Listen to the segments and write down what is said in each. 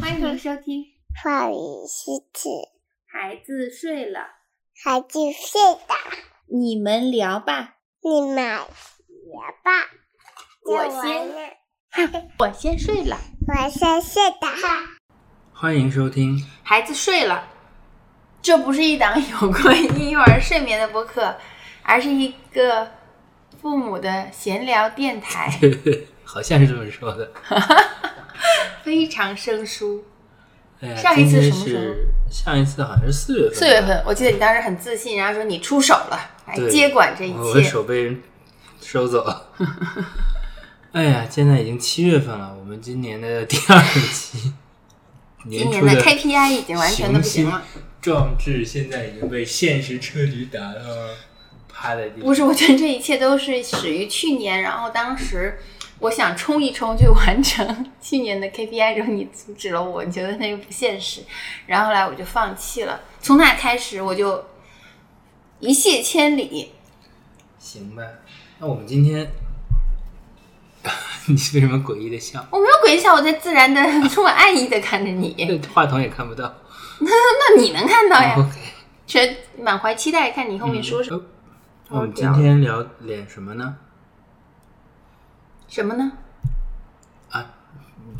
欢迎收听《话语诗词，孩子睡了，孩子睡的，你们聊吧，你们聊吧。我完先了，我先睡了，我先睡的哈。欢迎收听， 孩子睡了。这不是一档有关婴幼儿睡眠的播客，而是一个父母的闲聊电台，好像是这么说的。非常生 疏。哎呀，上一次今什么天时候是上一次好像是四月份吧，四月份，我记得你当时很自信，然后说你出手了，来对接管这一我的切。手被人收走 了。哎呀，现在已经七月份了，我们今年的第二 期，今年年初的 KPI 已经完全的不行了。壮志现在已经被现实彻底打到趴在地不上。是，我觉得这一切都是始于去年，然后当时我想冲一冲去完成去年的 KPI，然后你阻止了我，你觉得那个不现实，然后后来我就放弃了。从那开始，我就一泻千里。行吧，那我们今天， 你是为什么诡异的笑？我没有诡异笑，我在自然的、 充满爱意的看着你。话筒也看不到。那你能看到哎呀？ OK，全满怀期待看你后面说什么、么？哦我们今天聊点什么呢？什么呢？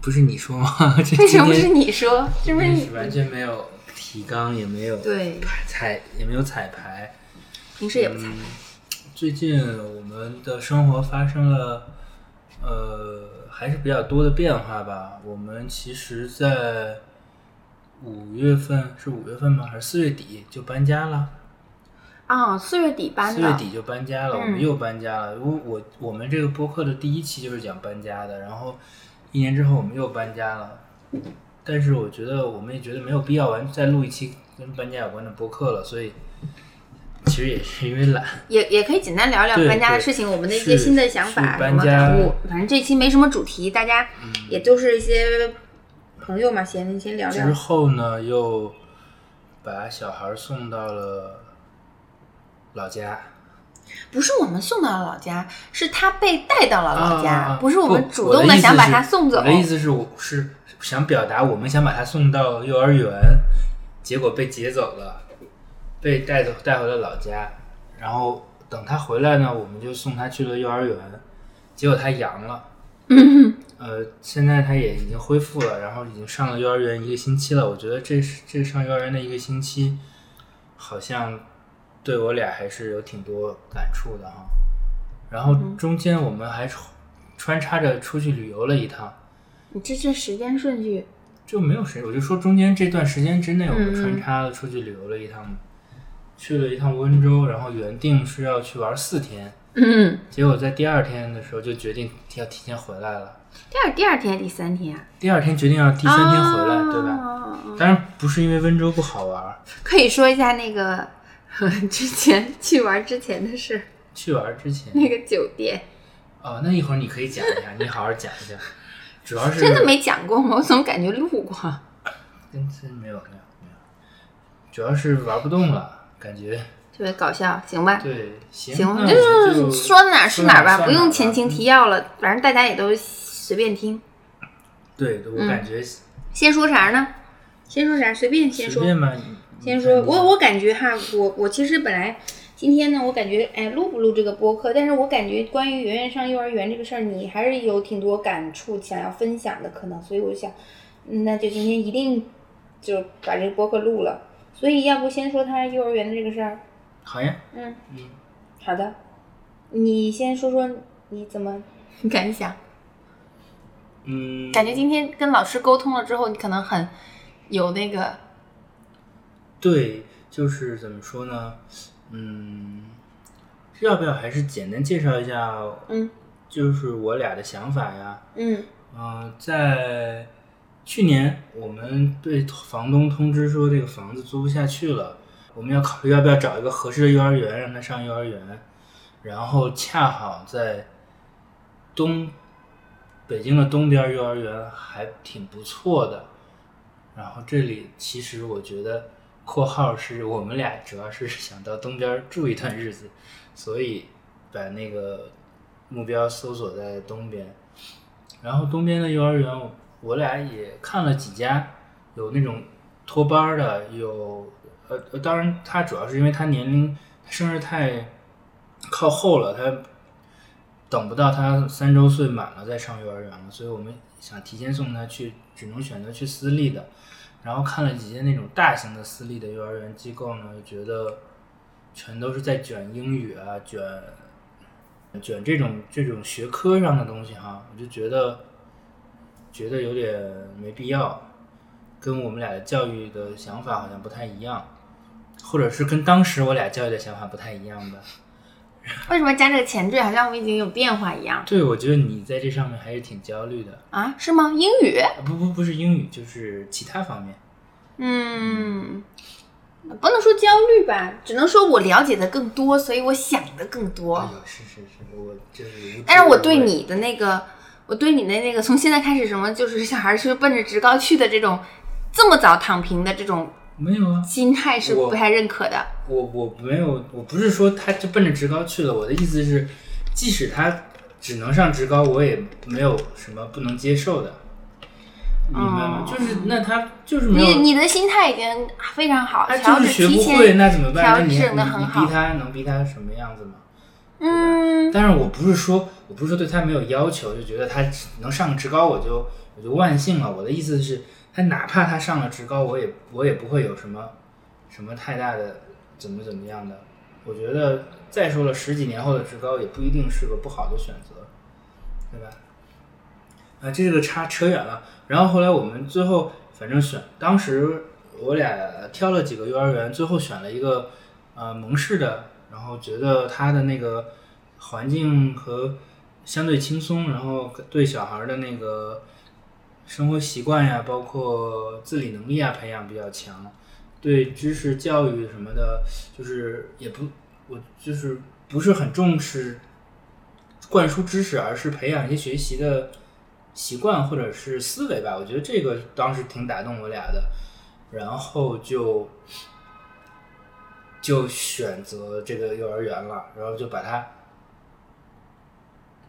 不是你 说吗？这嗯为什么今是天嗯你说？是不是今天你是？完全没有提纲，也没有对，彩，也没有彩排。嗯平时也不猜。最近我们的生活发生了，呃，还是比较多的变化吧。我们其实，在五月份是五月份吗？还是四月底就搬家了？啊、四月底搬四的。月底就搬家了，我嗯们又搬家了。因为我我们这个播客的第一期就是讲搬家的，然后一年之后我们又搬家了。但是我觉得我们也觉得没有必要完再录一期跟搬家有关的播客了，所以其实也是因为懒。也也可以简单聊聊对搬家的对事情，我们的一去些新的想法、去什搬么家感悟。反正这期没什么主题，大家嗯也都是一些朋友嘛，闲先聊之聊。后呢，又把小孩送到了老家。不是我们送到了老家，是他被带到了老家，啊不是我们主动的地意思想把是他送走我。的意思是，我是想表达我们想把他送到幼儿园，结果被劫走了，被带走带回了老家。然后等他回来呢，我们就送他去了幼儿园，结果他阳了。呃，现在他也已经恢复了，然后已经上了幼儿园一个星期了。我觉得这是这上幼儿园的一个星期，好像对我俩还是有挺多感触的哈。然后中间我们还穿穿插着出去旅游了一趟， 你这这时间顺序，就没有谁，我就说中间这段时间之内，我嗯嗯们穿插了出去旅游了一趟，去了一趟温州，然后原定是要去玩四天，嗯，结果在第二天的时候就决定要提前回来了。第二第二天第三天啊，啊第二天决定要第三天回来，对吧？吧？当然不是因为温州不好玩儿，可以说一下那个 之前去玩之前的事，去玩儿之前那个酒店哦，那一会儿你可以讲一下，你好好讲一下。主要是真的没讲过吗？我怎么感觉录过？啊真真没有没有没有，主要是玩不动了，感觉特别搞笑，行吧？对行行，那就我是就说哪儿是哪儿吧，算嗯不用前情提要了，反正大家也都随便听。对，我感觉先说啥呢？先说啥？随便先随说。便吧。你先你说，看你我我感觉哈，我我其实本来今天呢，我感觉哎录不录这个播客，但是我感觉关于圆圆上幼儿园这个事儿，你还是有挺多感触想要分享的，可能，所以我就想，嗯那就今天一定就把这个播客录了。所以要不先说他幼儿园的这个事儿？好呀，嗯，嗯，好的，你先说说你怎么 感想。嗯，感觉今天跟老师沟通了之后，你可能很有那个，对，就是怎么说呢？嗯，要不要还是简单介绍一下？嗯，就是我俩的想法呀。嗯嗯、在去年我们被房东通知说这个房子租不下去了，我们要考虑要不要找一个合适的幼儿园让他上幼儿园，然后恰好在东北京的东边幼儿园还挺不错的，然后这里其实我觉得（括号是我们俩主要是想到东边住一段日子，所以把那个目标搜索在东边。然后东边的幼儿园我，我俩也看了几家，有那种托班儿的，有呃，呃当然他主要是因为他年龄他生日太靠后了，他等不到他三周岁满了再上幼儿园了，所以我们想提前送他去，只能选择去私立的。然后看了几间那种大型的私立的幼儿园机构呢，觉得全都是在卷英语啊，卷卷这种这种学科上的东西哈、我就觉得觉得有点没必要，跟我们俩的教育的想法好像不太一样，或者是跟当时我俩教育的想法不太一样吧。为什么加这个前缀，好像我们已经有变化一样对，我觉得你在这上面还是挺焦虑的，啊？是吗？英语？啊不不不是英语，就是其他方面。嗯，不能说焦虑吧，只能说我了解的更多，所以我想的更多。哎呦，是是是，我就是无知。但是我对你的那个，我对你的那个，从现在开始，什么就是小孩是奔着职高去的这种，这么早躺平的这种没有啊，心态是我不太认可的。我我没有，我不是说他就奔着职高去了。我的意思是，即使他只能上职高，我也没有什么不能接受的，明白吗？哦就是那他就是没你有，你的心态已经非常好，他调就整是学提不会，前，那怎么办？那你你调整你得很好逼他能逼他什么样子吗？嗯，但是我不是说，我不是说对他没有要求，就觉得他能上职高我就我就万幸了。我的意思是，他哪怕他上了职高，我也我也不会有什么什么太大的怎么怎么样的。我觉得再说了，十几年后的职高也不一定是个不好的选择，对吧？啊，这个差扯远了。然后后来我们最后反正选，当时我俩挑了几个幼儿园，最后选了一个呃蒙氏的，然后觉得它的那个环境和相对轻松，然后对小孩的那个生活习惯呀，包括自理能力啊培养比较强，对知识教育什么的，就是也不我就是不是很重视灌输知识，而是培养一些学习的习惯或者是思维吧。我觉得这个当时挺打动我俩的，然后就就选择这个幼儿园了，然后就把他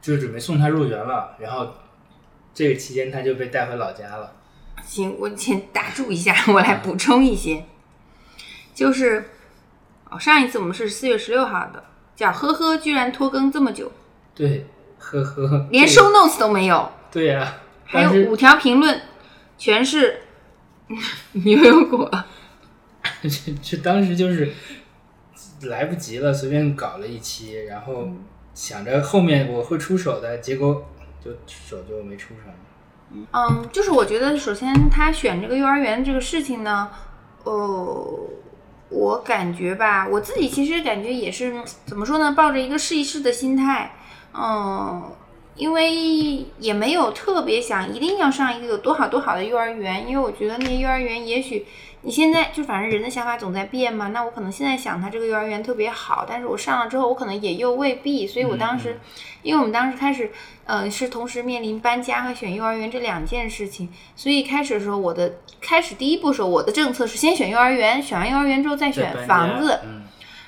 就准备送他入园了，然后这个期间他就被带回老家了。行，我先打住一下，我嗯来补充一些，就是哦，上一次我们是四月十六号的，叫呵呵，居然拖更这么久，对，呵呵，连这个 show notes 都没有。对呀、还当有时五条评论，全是 牛油果。 这这当时就是来不及了，随便搞了一期，然后嗯想着后面我会出手的，结果就手就没出上。嗯，就是我觉得，首先他选这个幼儿园这个事情呢，哦，我感觉吧，我自己其实感觉也是嗯怎么说呢，抱着一个试一试的心态，嗯，因为也没有特别想一定要上一个有多好多好的幼儿园，因为我觉得那些幼儿园也许你现在就反正人的想法总在变嘛，那我可能现在想他这个幼儿园特别好，但是我上了之后我可能也又未必，所以我当时，嗯因为我们当时开始，嗯、是同时面临搬家和选幼儿园这两件事情，所以开始的时候我的开始第一步的时候我的政策是先选幼儿园，选完幼儿园之后再再选搬家房子，嗯，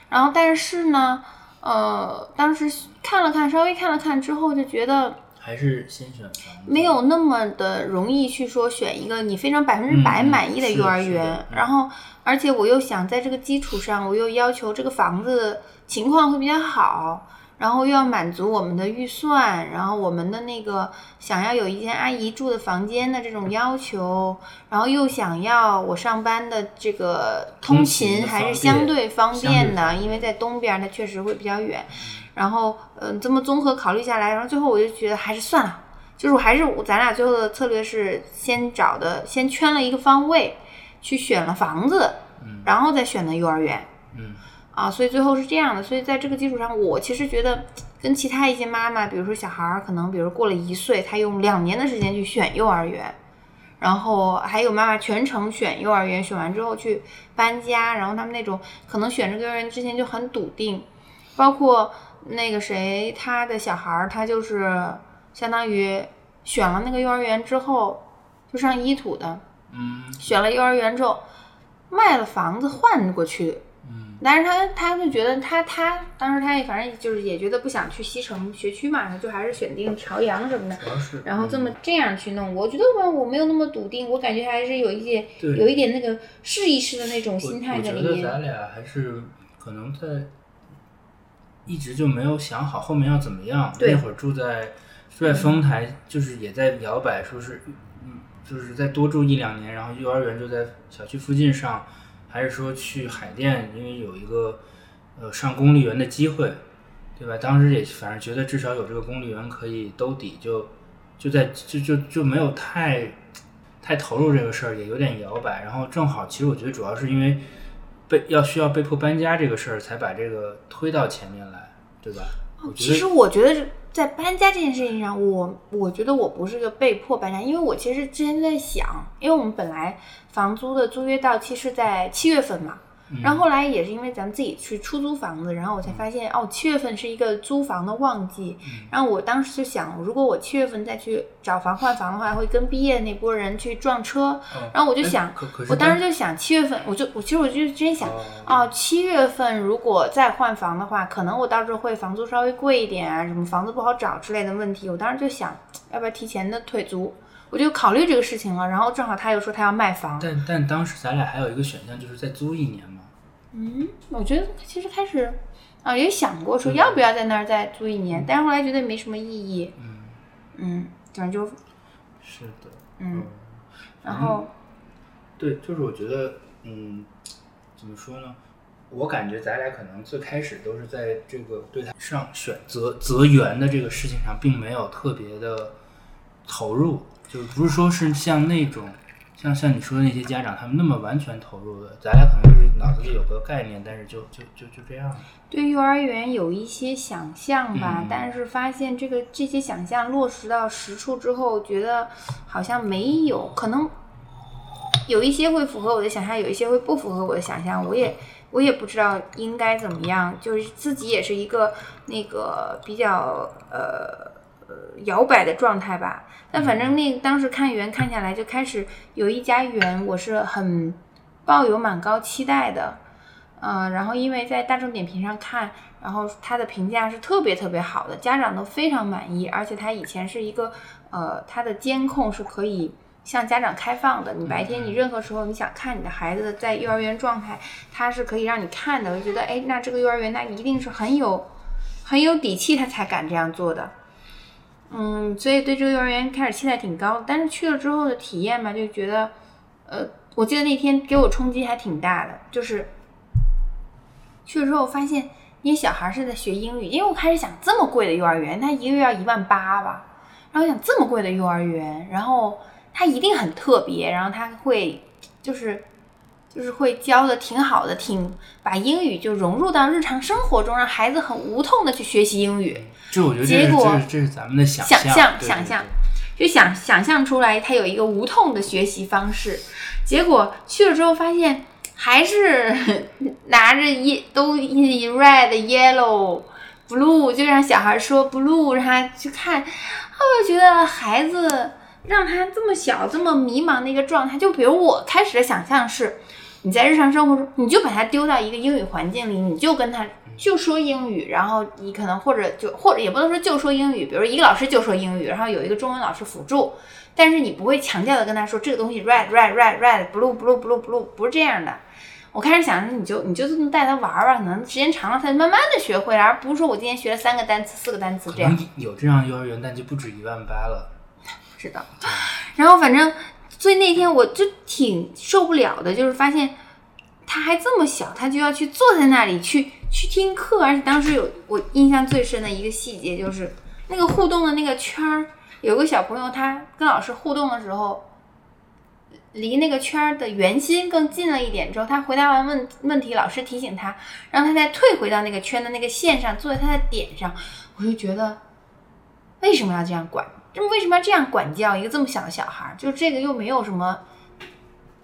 然后但是呢，呃，当时看了看，稍微看了看之后就觉得还是先选房子。没有那么的容易去说选一个你非常百分之百嗯嗯满意的是幼的儿是的园，嗯然后而且我又想在这个基础上，我又要求这个房子情况会比较好，然后又要满足我们的预算，然后我们的那个想要有一间阿姨住的房间的这种要求，然后又想要我上班的这个通通勤勤的还方是相便对方相便对的，方因为便在东边儿它确实会比较远，然后嗯、这么综合考虑下来，然后最后我就觉得还是算了。就是我还是我咱俩最后的策略是先找的，先圈了一个方位，去选了房子，嗯然后再选的幼儿园嗯啊，所以最后是这样的。所以在这个基础上，我其实觉得跟其他一些妈妈，比如说小孩儿可能，比如过了一岁，她用两年的时间去选幼儿园，然后还有妈妈全程选幼儿园，选完之后去搬家，然后他们那种可能选这个幼儿园之前就很笃定，包括那个谁，他的小孩儿，他就是相当于选了那个幼儿园之后就上医土的，嗯，选了幼儿园之后卖了房子换过去嗯但是他他就觉得他他当时他也反正就是也觉得不想去西城学区嘛，就还是选定朝阳什么的。主要是然后这么嗯这样去弄，我觉得吧，我没有那么笃定，我感觉还是有一些对有一点那个试一试的那种我心态在里我觉得面。咱俩还是可能在一直就没有想好后面要怎么样。对那会儿住在住在丰台，就是也在摇摆，说是嗯，就是再多住一两年，然后幼儿园就在小区附近上，还是说去海淀，因为有一个呃上公立园的机会，对吧？当时也反正觉得至少有这个公立园可以兜底，就就在就就就没有太太投入这个事儿，也有点摇摆。然后正好，其实我觉得主要是因为被要需要被迫搬家这个事儿，才把这个推到前面来，对吧？我觉哦其得实我觉得在搬家这件事情上，我我觉得我不是个被迫搬家，因为我其实之前在想，因为我们本来房租的租约到期是在七月份嘛，嗯然后后来也是因为咱们自己去出租房子，然后我才发现哦，七月份是一个租房的旺季。嗯然后我当时就想，如果我七月份再去找房换房的话，会跟毕业那波人去撞车。嗯然后我就哎想可可是我当时就就想七月份，我就我其实我就之前想，哦哦，七月份如果再换房的话，可能我到时候会房租稍微贵一点啊，什么房子不好找之类的问题。我当时就想，要不要提前的退租？我就考虑这个事情了。然后正好他又说他要卖房，但但当时咱俩还有一个选项，就是再租一年嘛。嗯，我觉得其实开始啊也想过说要不要在那儿再租一年，但是后来觉得没什么意义。嗯，嗯，反正就是的。嗯，然后对，就是我觉得，嗯，怎么说呢？我感觉咱俩可能最开始都是在这个对他上选择择缘的这个事情上，并没有特别的投入，就不是说是像那种像像你说的那些家长他们那么完全投入的，咱俩可能就是脑子里有个概念，但是就就就就这样了。对幼儿园有一些想象吧，嗯但是发现这个这些想象落实到实处之后，觉得好像没有，可能有一些会符合我的想象，有一些会不符合我的想象，我也我也不知道应该怎么样，就是自己也是一个那个比较呃呃摇摆的状态吧。但反正那当时看园看下来，就开始有一家园，我是很抱有蛮高期待的。嗯、然后因为在大众点评上看，然后它的评价是特别特别好的，家长都非常满意，而且它以前是一个呃，它的监控是可以向家长开放的，你白天你任何时候你想看你的孩子的在幼儿园状态，它是可以让你看的。我就觉得，哎，那这个幼儿园那一定是很有很有底气，他才敢这样做的。嗯，所以对这个幼儿园开始期待挺高，但是去了之后的体验吧，就觉得，呃，我记得那天给我冲击还挺大的，就是去了之后发现那些小孩是在学英语，因为我开始想这么贵的幼儿园，他一个月要一万八吧，然后想这么贵的幼儿园，然后他一定很特别，然后他会就是就是会教的挺好的，挺把英语就融入到日常生活中，让孩子很无痛的去学习英语。这嗯我觉得这结是果这是这是咱们的想想象对想对象对就想想象出来他有一个无痛的学习方式，结果去了之后发现还是 拿着一都一 red yellow blue，就让小孩说 blue，让他去看，啊我觉得孩子让他这么小这么迷茫的一个状态，就比如我开始的想象是。你在日常生活中，你就把他丢到一个英语环境里，你就跟他就说英语，然后你可能或者就或者也不能说就说英语，比如一个老师就说英语，然后有一个中文老师辅助，但是你不会强调的跟他说这个东西 red red red red blue blue blue blue 不是这样的。我开始想着你就你就这么带他玩玩，可能时间长了他就慢慢的学会了，而不是说我今天学了三个单词四个单词可这样能。有这样幼儿园，但就不止一万八了。是的。然后反正，所以那天我就挺受不了的，就是发现他还这么小，他就要去坐在那里去去听课，而且当时有我印象最深的一个细节就是那个互动的那个圈儿，有个小朋友他跟老师互动的时候。离那个圈儿的圆心更近了一点之后，他回答完问问题，老师提醒他，让他再退回到那个圈的那个线上，坐在他的点上，我就觉得为什么要这样管？这为什么要这样管教一个这么小的小孩儿？就这个又没有什么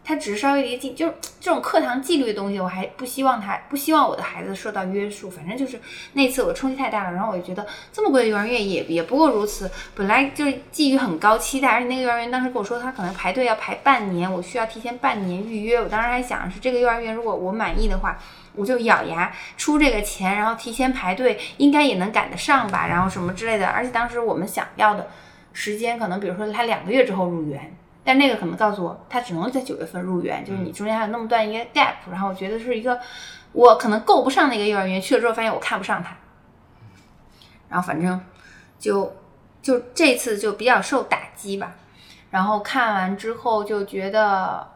他只是稍微离近，就是这种课堂纪律的东西，我还不希望他不希望我的孩子受到约束。反正就是那次我冲击太大了，然后我就觉得这么贵的幼儿园也也不过如此。本来就是寄予很高期待，而且那个幼儿园当时跟我说他可能排队要排半年，我需要提前半年预约。我当时还想是这个幼儿园如果我满意的话。我就咬牙出这个钱，然后提前排队，应该也能赶得上吧，然后什么之类的。而且当时我们想要的时间，可能比如说他两个月之后入园，但那个可能告诉我他只能在九月份入园，就是你中间还有那么段一个 gap。然后我觉得是一个我可能够不上那个幼儿园，去了之后发现我看不上他，然后反正就就这次就比较受打击吧。然后看完之后就觉得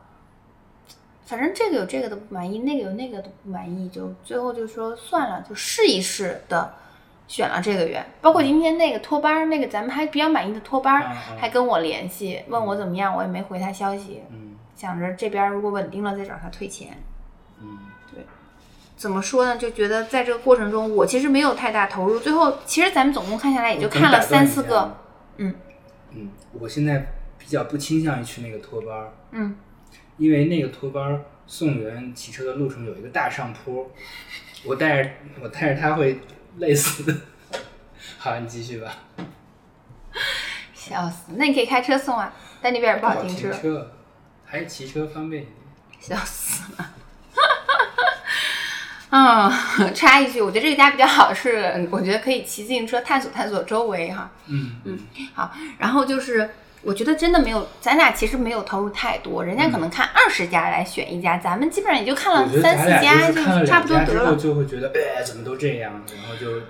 反正这个有这个的不满意，那个有那个的不满意，就最后就说算了，就试一试的，选了这个园。包括今天那个托班儿，那个咱们还比较满意的托班儿嗯，嗯还跟我联系，问我怎么样，我也没回他消息，嗯想着这边儿如果稳定了再找他退钱。嗯怎么说呢？就觉得在这个过程中，我其实没有太大投入。最后，其实咱们总共看下来也就看了三四个，。嗯嗯，我现在比较不倾向于去那个托班儿，嗯，因为那个托班儿送人骑车的路程有一个大上坡，我带着我带着他会累死的。 好，你继续吧。笑死！那你可以开车送啊，但那边也不好停车停。车，还是骑车方便一点。笑死了。 嗯，插一句，我觉得这个家比较好是，嗯我觉得可以骑自行车探索探索周围哈。嗯嗯然后就是，我觉得真的没有，咱俩其实没有投入太多，人家可能看二十家来选一家，咱们基本上也就看嗯我觉了得三咱四俩家，就是看了差两不多家得之后了，就会觉得，哎，怎么都这样，然后就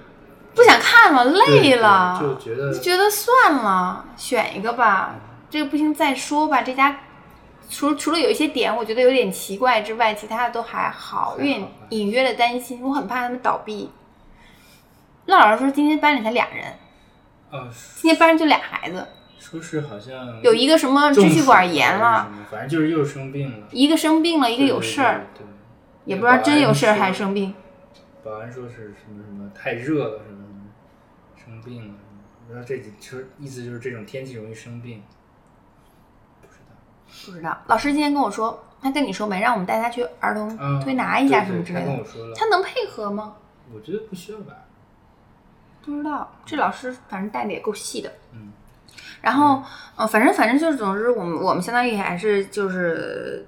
不想看了，累对了，就觉得嗯就觉得算了，选一个吧，这个不行再说吧。这家除除了有一些点我觉得有点奇怪之外，其他的都还好，有点隐约的担心，我很怕他们倒闭。乐老师说今天班里才俩人，啊，今天班里就俩孩子，说是好像有一个什么支气管炎了了，，反正就是又生病了，一个生病了，一个有事儿，对，对对也不知道真有事儿还是。那个生病。保安说保安说是什么什么太热了，什么什么生病了，然后这几就是意思就是这种天气容易生病，不知道不知道，老师今天跟我说，他跟你说没，让我们带他去儿童啊，推拿一下对什么对之类他跟我的，说了，他能配合吗？我觉得不需要吧，不知道，这老师反正带的也够细的。嗯然后，呃，反正反正就是，总之我们我们相当于还是就是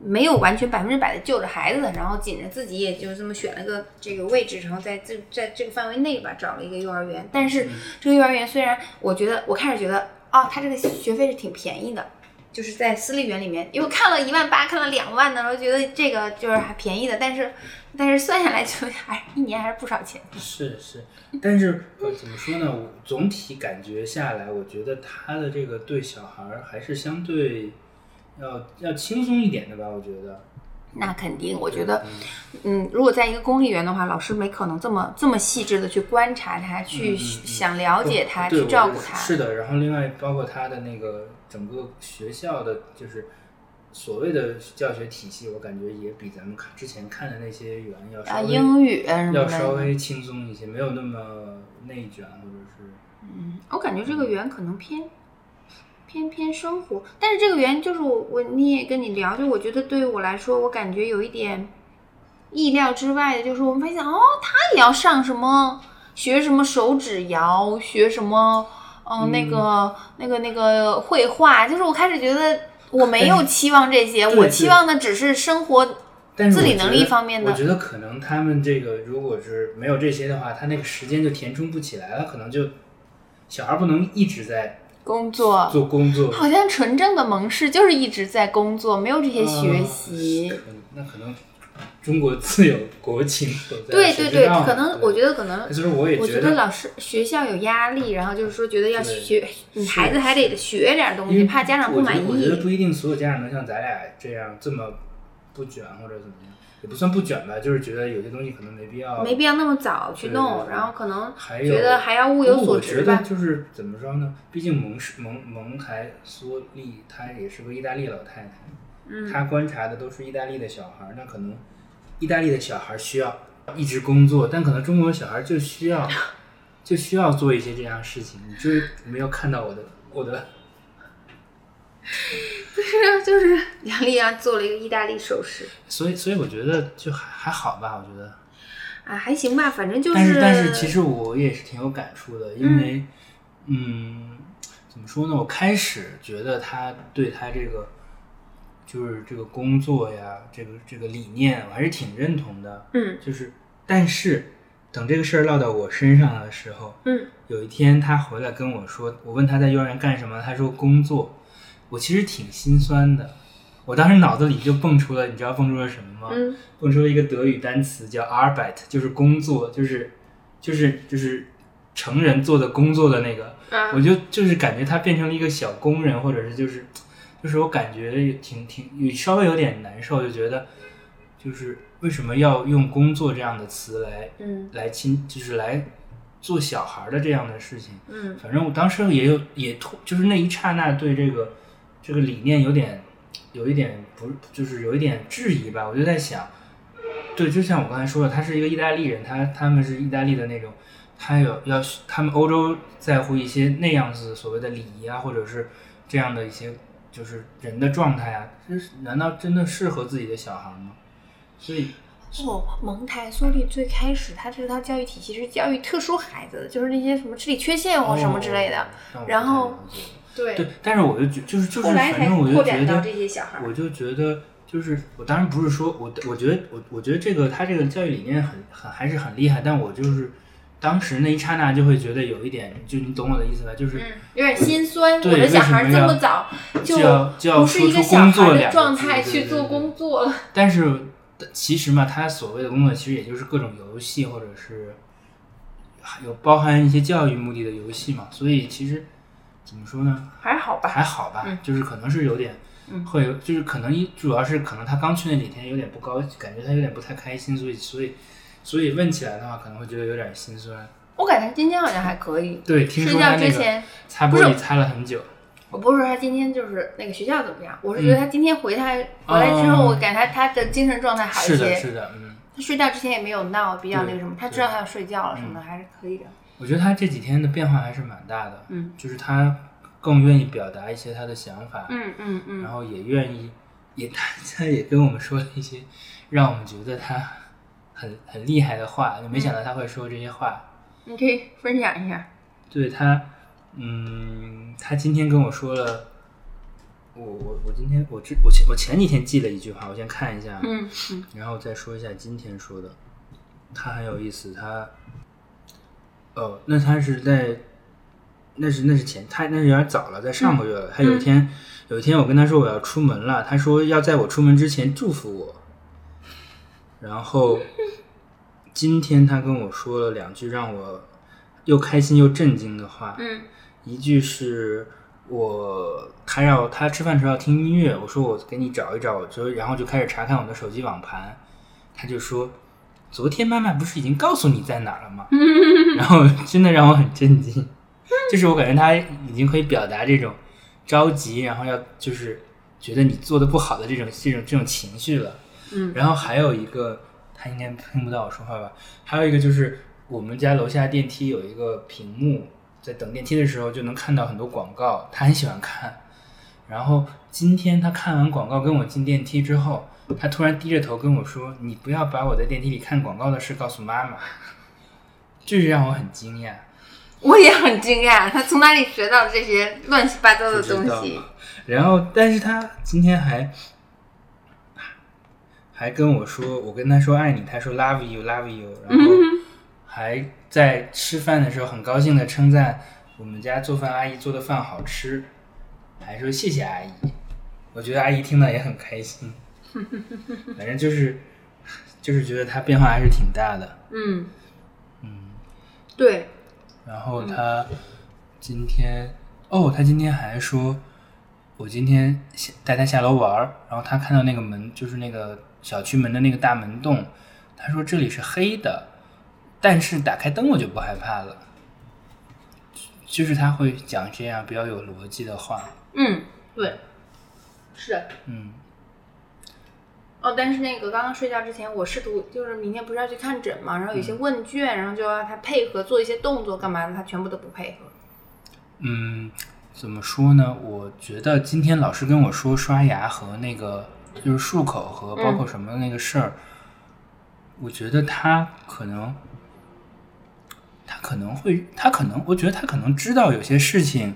没有完全百分之百的救着孩子，然后紧着自己也就这么选了个这个位置，然后在这在这个范围内吧找了一个幼儿园。但是这个幼儿园虽然我觉得我开始觉得哦，它这个学费是挺便宜的。就是在私立园里面，因为看了一万八，看了两万的，然后觉得这个就是还便宜的，但是但是算下来就 还是一年还是不少钱。是是，但是呃，怎么说呢？我总体感觉下来，我觉得他的这个对小孩儿还是相对要要轻松一点的吧。我觉得，那肯定，我觉得嗯，嗯，如果在一个公立园的话，老师没可能这么这么细致的去观察他，去嗯嗯想了解他，对去照顾我觉得他。是的，然后另外包括他的那个整个学校的，就是所谓的教学体系，我感觉也比咱们看之前看的那些园要稍啊，微英语啊什么要稍的。微轻松一些，没有那么内卷或者是。嗯，我感觉这个园可能偏偏偏生活，但是这个园就是我我你也跟你聊，就我觉得对于我来说，我感觉有一点意料之外的，就是我们发现哦，他也要上什么学什么手指谣，学什么。嗯，那个、那个、那个绘画，就是我开始觉得我没有期望这些，哎对我对期望的只是生活但是自理我觉能得力方面的我觉得可能他们这个如果是没有这些的话，他那个时间就填充不起来了，可能就小孩不能一直在工作，做工作，好像纯正的蒙氏就是一直在工作，没有这呃些学习。嗯那啊可能中国自有国情所在，啊对谁对知对，道呢可能我觉得，得可能其，实我也我觉得老师学校有压力，然后就是说觉得要对学，你是孩子还得学点东因西，为怕家长不我觉满得我觉得意。不一定所有家长能像咱俩这样这么不卷或者怎么样，也不算不卷吧，就是觉得有些东西可能没必要，没必要那么早去对弄，对然后可能还有觉得还要物有不过所我觉值得吧。就是怎么说呢？毕竟蒙氏蒙蒙台梭利，她也是个意大利老太太，嗯，她观察的都是意大利的小孩儿。那可能意大利的小孩儿需要一直工作，但可能中国的小孩儿就 需要就需要做一些这样的事情。你就没有看到我的我的 就是就是杨丽阳做了一个意大利首饰所以所以我觉得就还还好吧，我觉得。啊，还行吧，反正就是。但是但是，其实我也是挺有感触的，因为嗯怎么说呢？我开始觉得他对他这个就是这个工作呀，这个这个理念，我还是挺认同的。嗯就是，但是等这个事儿落到我身上的时候，嗯有一天他回来跟我说，我问他在幼儿园干什么，他说工作。我其实挺心酸的，我当时脑子里就蹦出了，你知道蹦出了什么吗？嗯蹦出了一个德语单词叫 Arbeit，就是工作，就是就是就是成人做的工作的那个。啊我就就是感觉他变成了一个小工人，或者是就是就是我感觉挺挺有稍微有点难受，就觉得就是为什么要用工作这样的词来嗯来亲，就是来做小孩儿的这样的事情。嗯反正我当时也有也突，就是那一刹那对这个这个理念有点有一点不就是有一点质疑吧。我就在想，对，就像我刚才说的，他是一个意大利人，他他们是意大利的那种，他有要他们欧洲在乎一些那样子所谓的礼仪啊，或者是这样的一些就是人的状态啊，这是难道真的适合自己的小孩吗？所以。哦，蒙台梭利最开始他这套教育体系是教育特殊孩子的，就是那些什么智力缺陷或什么之类的。哦，然后那我不太了解对对，但是我就觉就是就是，后来才反正我就扩觉展到得这些小孩儿我就觉得就是，我当然不是说我我觉得我我觉得这个他这个教育理念很很还是很厉害，但我就是当时那一刹那就会觉得有一点，就你懂我的意思吧？就是、嗯，有点心酸。我对的小孩为这什么要么早就要就要不是一个说出小工作孩的两个状字态对去对做对工作了。但是其实嘛，他所谓的工作其实也就是各种游戏，或者是有包含一些教育目的的游戏嘛，所以其实怎么说呢？还好吧，还好吧，嗯就是可能是有点，嗯会有，就是可能一主要是可能他刚去那几天有点不高，感觉他有点不太开心，所以所以所以问起来的话，可能会觉得有点心酸。我感觉他今天好像还可以。对，听睡说觉他之那前个，擦玻璃擦了很久，我不是说他今天就是那个学校怎么样，我是觉得嗯他今天回他、回来之后，哦我感觉他他的精神状态好一是的，些。是的，嗯，他睡觉之前也没有闹，比较那个什么，对嗯他知道他要睡觉了什么的，还是可以的。我觉得他这几天的变化还是蛮大的，嗯就是他更愿意表达一些他的想法，嗯嗯然嗯，后也愿意，也他他也跟我们说了一些让我们觉得他很很厉害的话，就没想到他会说这些话。你可以分享一下。对他，嗯，他今天跟我说了，我我我今天我之我前我前几天记了一句话，我先看一下，啊嗯嗯然后再说一下今天说的，他很有意思，他，哦，那他是在，那是那是前他那是有点早了，在上个月了，他有一天、有一天我跟他说我要出门了，他说要在我出门之前祝福我，然后今天他跟我说了两句让我又开心又震惊的话，嗯一句是我他让我他吃饭时候要听音乐，我说我给你找一找，我就然后就开始查看我的手机网盘，他就说昨天妈妈不是已经告诉你在哪儿了吗？然后 真的让我很震惊，就是我感觉他已经可以表达这种着急，然后要就是觉得你做的不好的这种这种这种情绪了。嗯然后还有一个，他应该听不到我说话吧？还有一个就是我们家楼下电梯有一个屏幕，在等电梯的时候就能看到很多广告，他很喜欢看。然后今天他看完广告跟我进电梯之后，他突然低着头跟我说：“你不要把我在电梯里看广告的事告诉妈妈。”这是让我很惊讶。 我也很惊讶，他从哪里学到这些乱七八糟的东不知西道？然后，但是他今天还还跟我说，我跟他说爱你，他说 love you love you，然 后嗯还在吃饭的时候很高兴的称赞我们家做饭阿姨做的饭好吃，还说谢谢阿姨。我觉得阿姨听到也很开心， 反正就是就是觉得他变化还是挺大的。嗯嗯，对，然后他今天、哦，他今天还说，我今天下带他下楼玩儿，然后他看到那个门，就是那个小区门的那个大门洞，他说这里是黑的，但是打开灯我就不害怕了。就是他会讲这样比较有逻辑的话，嗯对，是的。嗯，哦，但是那个刚刚睡觉之前，我试图就是明天不是要去看诊嘛，然后有嗯些问卷，然后就要他配合做一些动作干嘛的，他全部都不配合。嗯，怎么说呢？我觉得今天老师跟我说刷牙和那个就是漱口和包嗯括什么那个事儿，我觉得他可能，他可能会，他可能，我觉得他可能知道有些事情，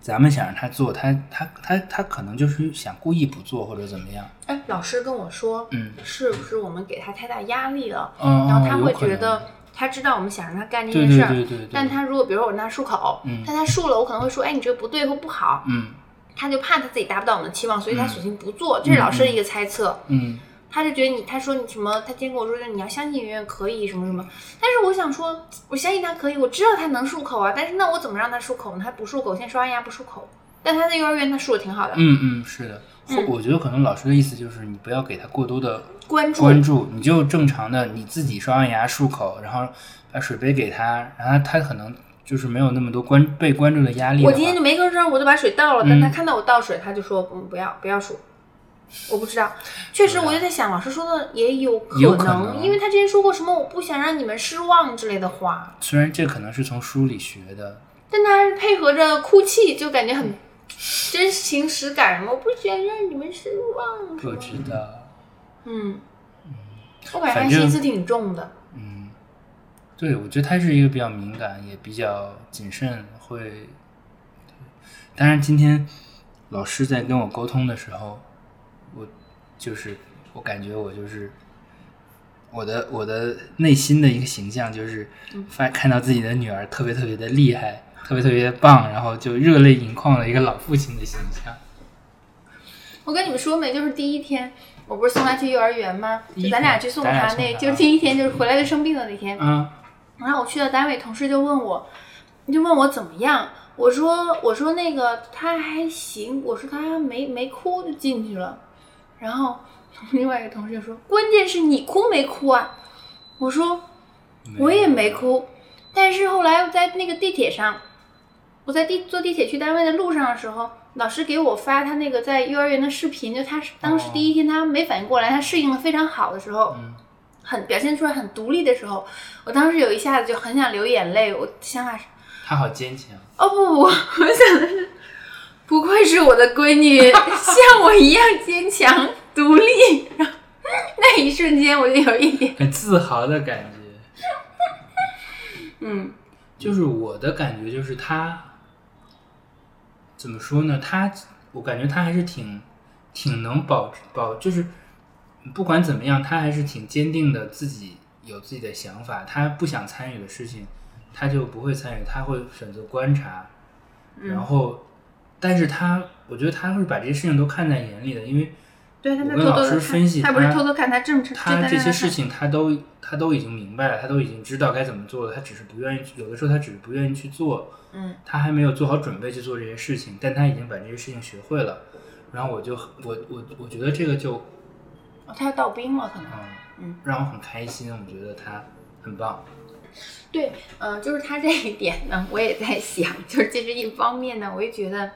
咱们想让他做，他他他他可能就是想故意不做或者怎么样。哎，老师跟我说，嗯，是不是我们给他太大压力了？嗯，哦然后他会有可能觉得他知道我们想让他干这对件对事儿，对对对，但他如果比如说我让他漱口，嗯但他漱了，我可能会说，哎，你这个不对或不好，嗯他就怕他自己达不到我们的期望，所以他嗯索性不做。这是老师的一个猜测，嗯他就觉得你，他说你什么，他今天跟我说你要相信远远可以什么什么，但是我想说，我相信他可以，我知道他能漱口啊，但是那我怎么让他漱口呢？他不漱口，先刷牙不漱口，但他在幼儿园他漱的挺好的，嗯嗯，是的。或嗯我觉得可能老师的意思就是，你不要给他过多的关注关注，你就正常的你自己刷完牙漱口，然后把水杯给他，然后他可能就是没有那么多关被关注的压力的我话。今天就没吭声，我就把水倒了。但嗯他看到我倒水，他就说：“嗯，不要，不要数。”我不知道，确实，我就在想，老师说的也有可能，啊有可能因为他之前说过什么“我不想让你们失望”之类的话，虽然这可能是从书里学的，但他还配合着哭泣，就感觉很真情实感。我不想让你们失望。我知道，嗯，我感觉他反正心思挺重的。嗯，对，我觉得他是一个比较敏感，也比较谨慎，会。当然，今天老师在跟我沟通的时候，我就是我感觉我就是我的我的内心的一个形象就是发看到自己的女儿特别特别的厉害，特别特别的棒，然后就热泪盈眶的一个老父亲的形象。我跟你们说没，就是第一天，我不是送他去幼儿园吗？第一就天咱俩去送咱俩他送那，他就是第一天，就是回来就生病的那天。啊，然后我去了单位，同事就问我，就问我怎么样。我说我说那个他还行，我说他没没哭就进去了。然后 另外一个同事就说，关键是你哭没哭啊？我说我也没哭，但是后来我在那个地铁上，我在地坐地铁去单位的路上的时候，老师给我发他那个在幼儿园的视频，就他是当时哦第一天他没反应过来，他适应的非常好的时候，嗯很表现出来很独立的时候，我当时有一下子就很想流眼泪。我想法是，他好坚强。哦不不， 我想的是，不愧是我的闺 女，像我一样坚强独立。然后那一瞬间，我就有一点，很自豪的感觉。嗯就是我的感觉就是他怎么说呢？他我感觉他还是挺挺能保保，就是不管怎么样，他还是挺坚定的，自己有自己的想法。他不想参与的事情，他就不会参与，他会选择观察。然嗯，后，但是他我觉得他会把这些事情都看在眼里的，因为对，他我在跟偷偷老的师分析看，他不是偷偷看，他正常，他正这些常事情他都他都已经明白了，他都已经知道该怎么做了，他只是不愿意去，有的时候他只是不愿意去做，嗯，他还没有做好准备去做这些事情，但他已经把这些事情学会了。然后我就很我我我觉得这个就哦他要倒冰了，可能。嗯嗯让我很开心，我觉得他很棒。对，呃，就是他这一点呢，我也在想，就是这是一方面呢，我也觉得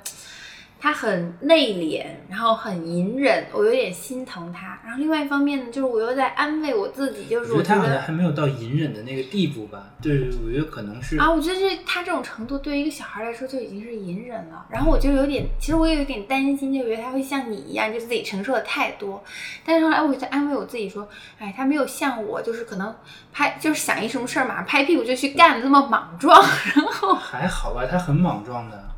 他很内敛，然后很隐忍，我有点心疼他。然后另外一方面呢，就是我又在安慰我自己，就我是觉得我他觉好像得还没有到隐忍的那个地步吧？对，我觉得可能是啊，我觉得这他这种程度对于一个小孩来说就已经是隐忍了。然后我就有点，其实我也有点担心，就觉得他会像你一样，就自己承受的太多。但是后来我就安慰我自己说，哎，他没有像我，就是可能拍就是想一什么事儿马上拍屁股就去干，这么莽撞。 然后还好吧，他很莽撞的，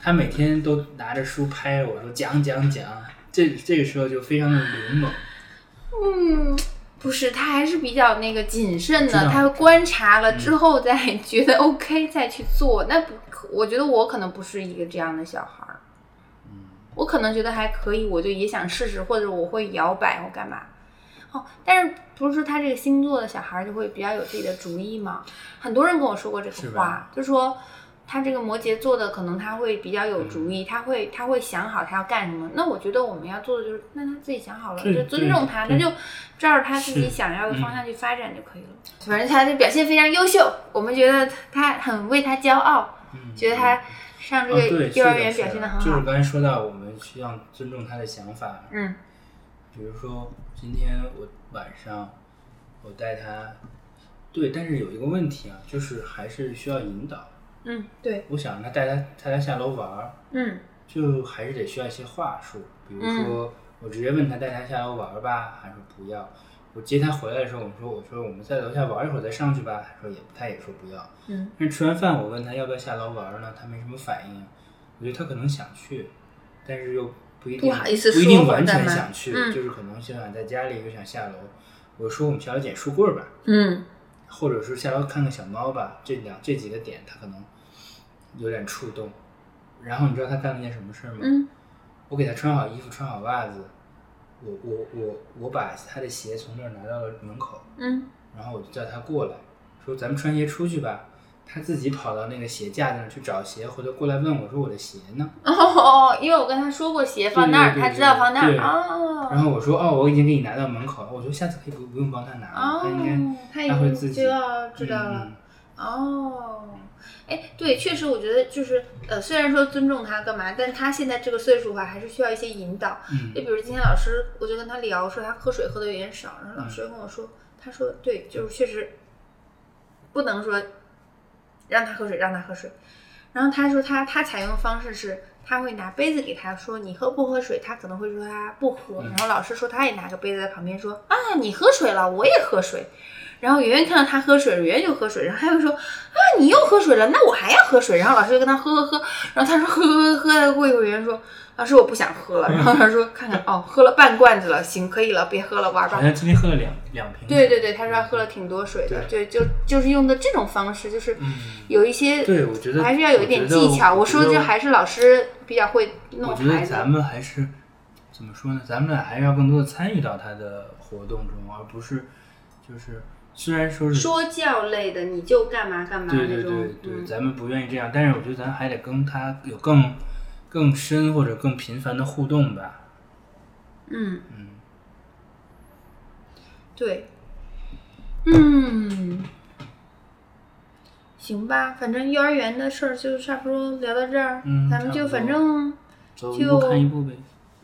他每天都拿着书拍着我说讲讲讲，这这个时候就非常的勇猛。嗯，不是，他还是比较那个谨慎知的，道嗯他观察了之后再觉得 OK 再去做。那不可，我觉得我可能不是一个这样的小孩儿，我可能觉得还可以，我就也想试试，或者我会摇摆或干嘛。哦，但是不是说他这个星座的小孩儿就会比较有自己的主意嘛？很多人跟我说过这是个话吧，就说他这个摩羯座的可能他会比较有主嗯意，他会他会想好他要干什么。那我觉得我们要做的就是，那他自己想好了，对就尊重他，那对对就照着他自己是想要的嗯方向去发展就可以了。反正他的表现非常优秀，我们觉得他很为他骄傲，嗯觉得他上这哦，个对，幼儿是园是表现得很就好是。刚才说到，我们需要尊重他的想法。嗯比如说，今天我晚上我带他，对，但是有一个问题啊，就是还是需要引导。嗯，对，我想让他带他带他下楼玩儿，嗯就还是得需要一些话术，比如说、我直接问他带他下楼玩儿吧，他说不要。我接他回来的时候，我说我说我们在楼下玩一会儿再上去吧，他说也他也说不要。嗯但是吃完饭我问他要不要下楼玩儿呢，他没什么反应。我觉得他可能想去，但是又不一定不好意思一定说完咱全们想去，嗯就是可能就想在家里又想下楼。我说我们下楼捡树棍儿吧，嗯或者是下楼看看小猫吧，这两这几个点他可能有点触动。然后你知道他干了件什么事儿吗？嗯我给他穿好衣服，穿好袜子，我我我我把他的鞋从那儿拿到了门口，嗯然后我就叫他过来，说咱们穿鞋出去吧。他自己跑到那个鞋架那儿去找鞋，回头过来问我说我的鞋呢？哦，因为我跟他说过鞋放那儿，对对对他知道放那对儿啊然后我说哦，我已经给你拿到门口了。我说下次可以不不用帮他拿了，他应哦，他该已他会经自就己要知道了。嗯哦，哎，对，确实，我觉得就是呃，虽然说尊重他干嘛，但他现在这个岁数哈，还是需要一些引导。嗯就比如今天老师，我就跟他聊，说他喝水喝的有点少，然后嗯老师就跟我说，他说对，就是确实不能说让他喝水，让他喝水。然后他说他他采用的方式是，他会拿杯子给他说你喝不喝水，他可能会说他不喝，嗯然后老师说他也拿个杯子在旁边说啊你喝水了，我也喝水。然后圆圆看到他喝水，圆圆就喝水，然后他又说啊你又喝水了，那我还要喝水。然后老师就跟他喝喝喝，然后他说喝喝喝喝，过一会儿圆圆说老师我不想喝了，然后他说看看哦喝了半罐子了，行可以了，别喝了玩吧好。像今天喝了两两瓶。对对对，他说他喝了。挺多水的，对，就就是用的这种方式，就是嗯有一些，对，我觉得还是要有一点技巧。我说的就还是老师比较会弄我觉得孩子，咱们还是怎么说呢？咱们俩还是要更多的参与到他的活动中，而不是就是虽然说是说教类的，你就干嘛干嘛对那对对种，对，嗯咱们不愿意这样，但是我觉得咱还得跟他有更更深或者更频繁的互动吧。嗯嗯，对，嗯，行吧，反正幼儿园的事儿就差不多聊到这儿，嗯咱们就差反不多正。走一步就看一步呗。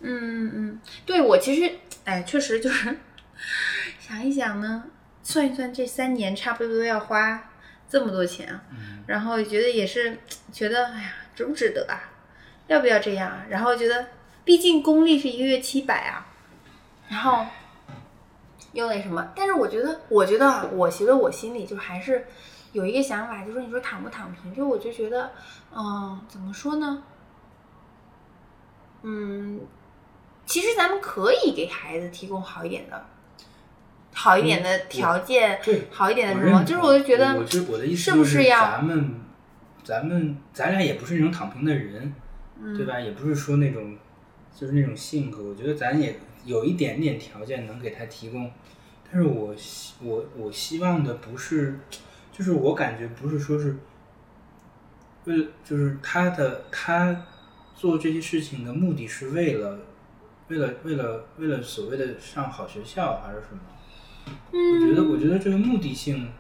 嗯嗯，对我其实，哎，确实就是 想一想呢，算一算这三年差不多要花这么多钱啊，嗯然后觉得也是觉得，哎呀，值不值得啊？要不要这样啊？然后觉得，毕竟公立是一个月七百啊，然后又那什么，但是我觉得，我觉得啊，我其实我心里就还是有一个想法，就是你说躺不躺平，就我就觉得，嗯，怎么说呢？嗯，其实咱们可以给孩子提供好一点的、好一点的条件，对好一点的嗯我什认么，同就是我就觉得，我就我的意思是不是要咱们咱们咱俩也不是那种躺平的人，嗯对吧？也不是说那种就是那种性格，我觉得咱也有一点点条件能给他提供，但是我希我我希望的不是，就是我感觉不是说是，为了就是他的他做这些事情的目的是为了为了为了为了所谓的上好学校还是什么？嗯我觉得，我觉得这个目的性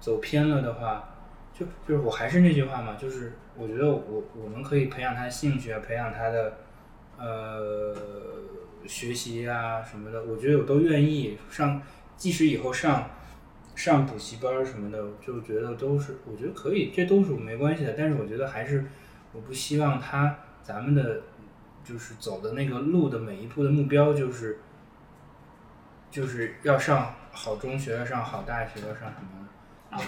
走偏了的话，就就是我还是那句话嘛，就是我觉得我我们可以培养他的兴趣啊，培养他的呃学习啊什么的，我觉得我都愿意上，即使以后上上补习班儿什么的，就觉得都是我觉得可以，这都是没关系的。但是我觉得还是我不希望他咱们的就是走的那个路的每一步的目标就是就是要上好中学，要上好大学，要上什么。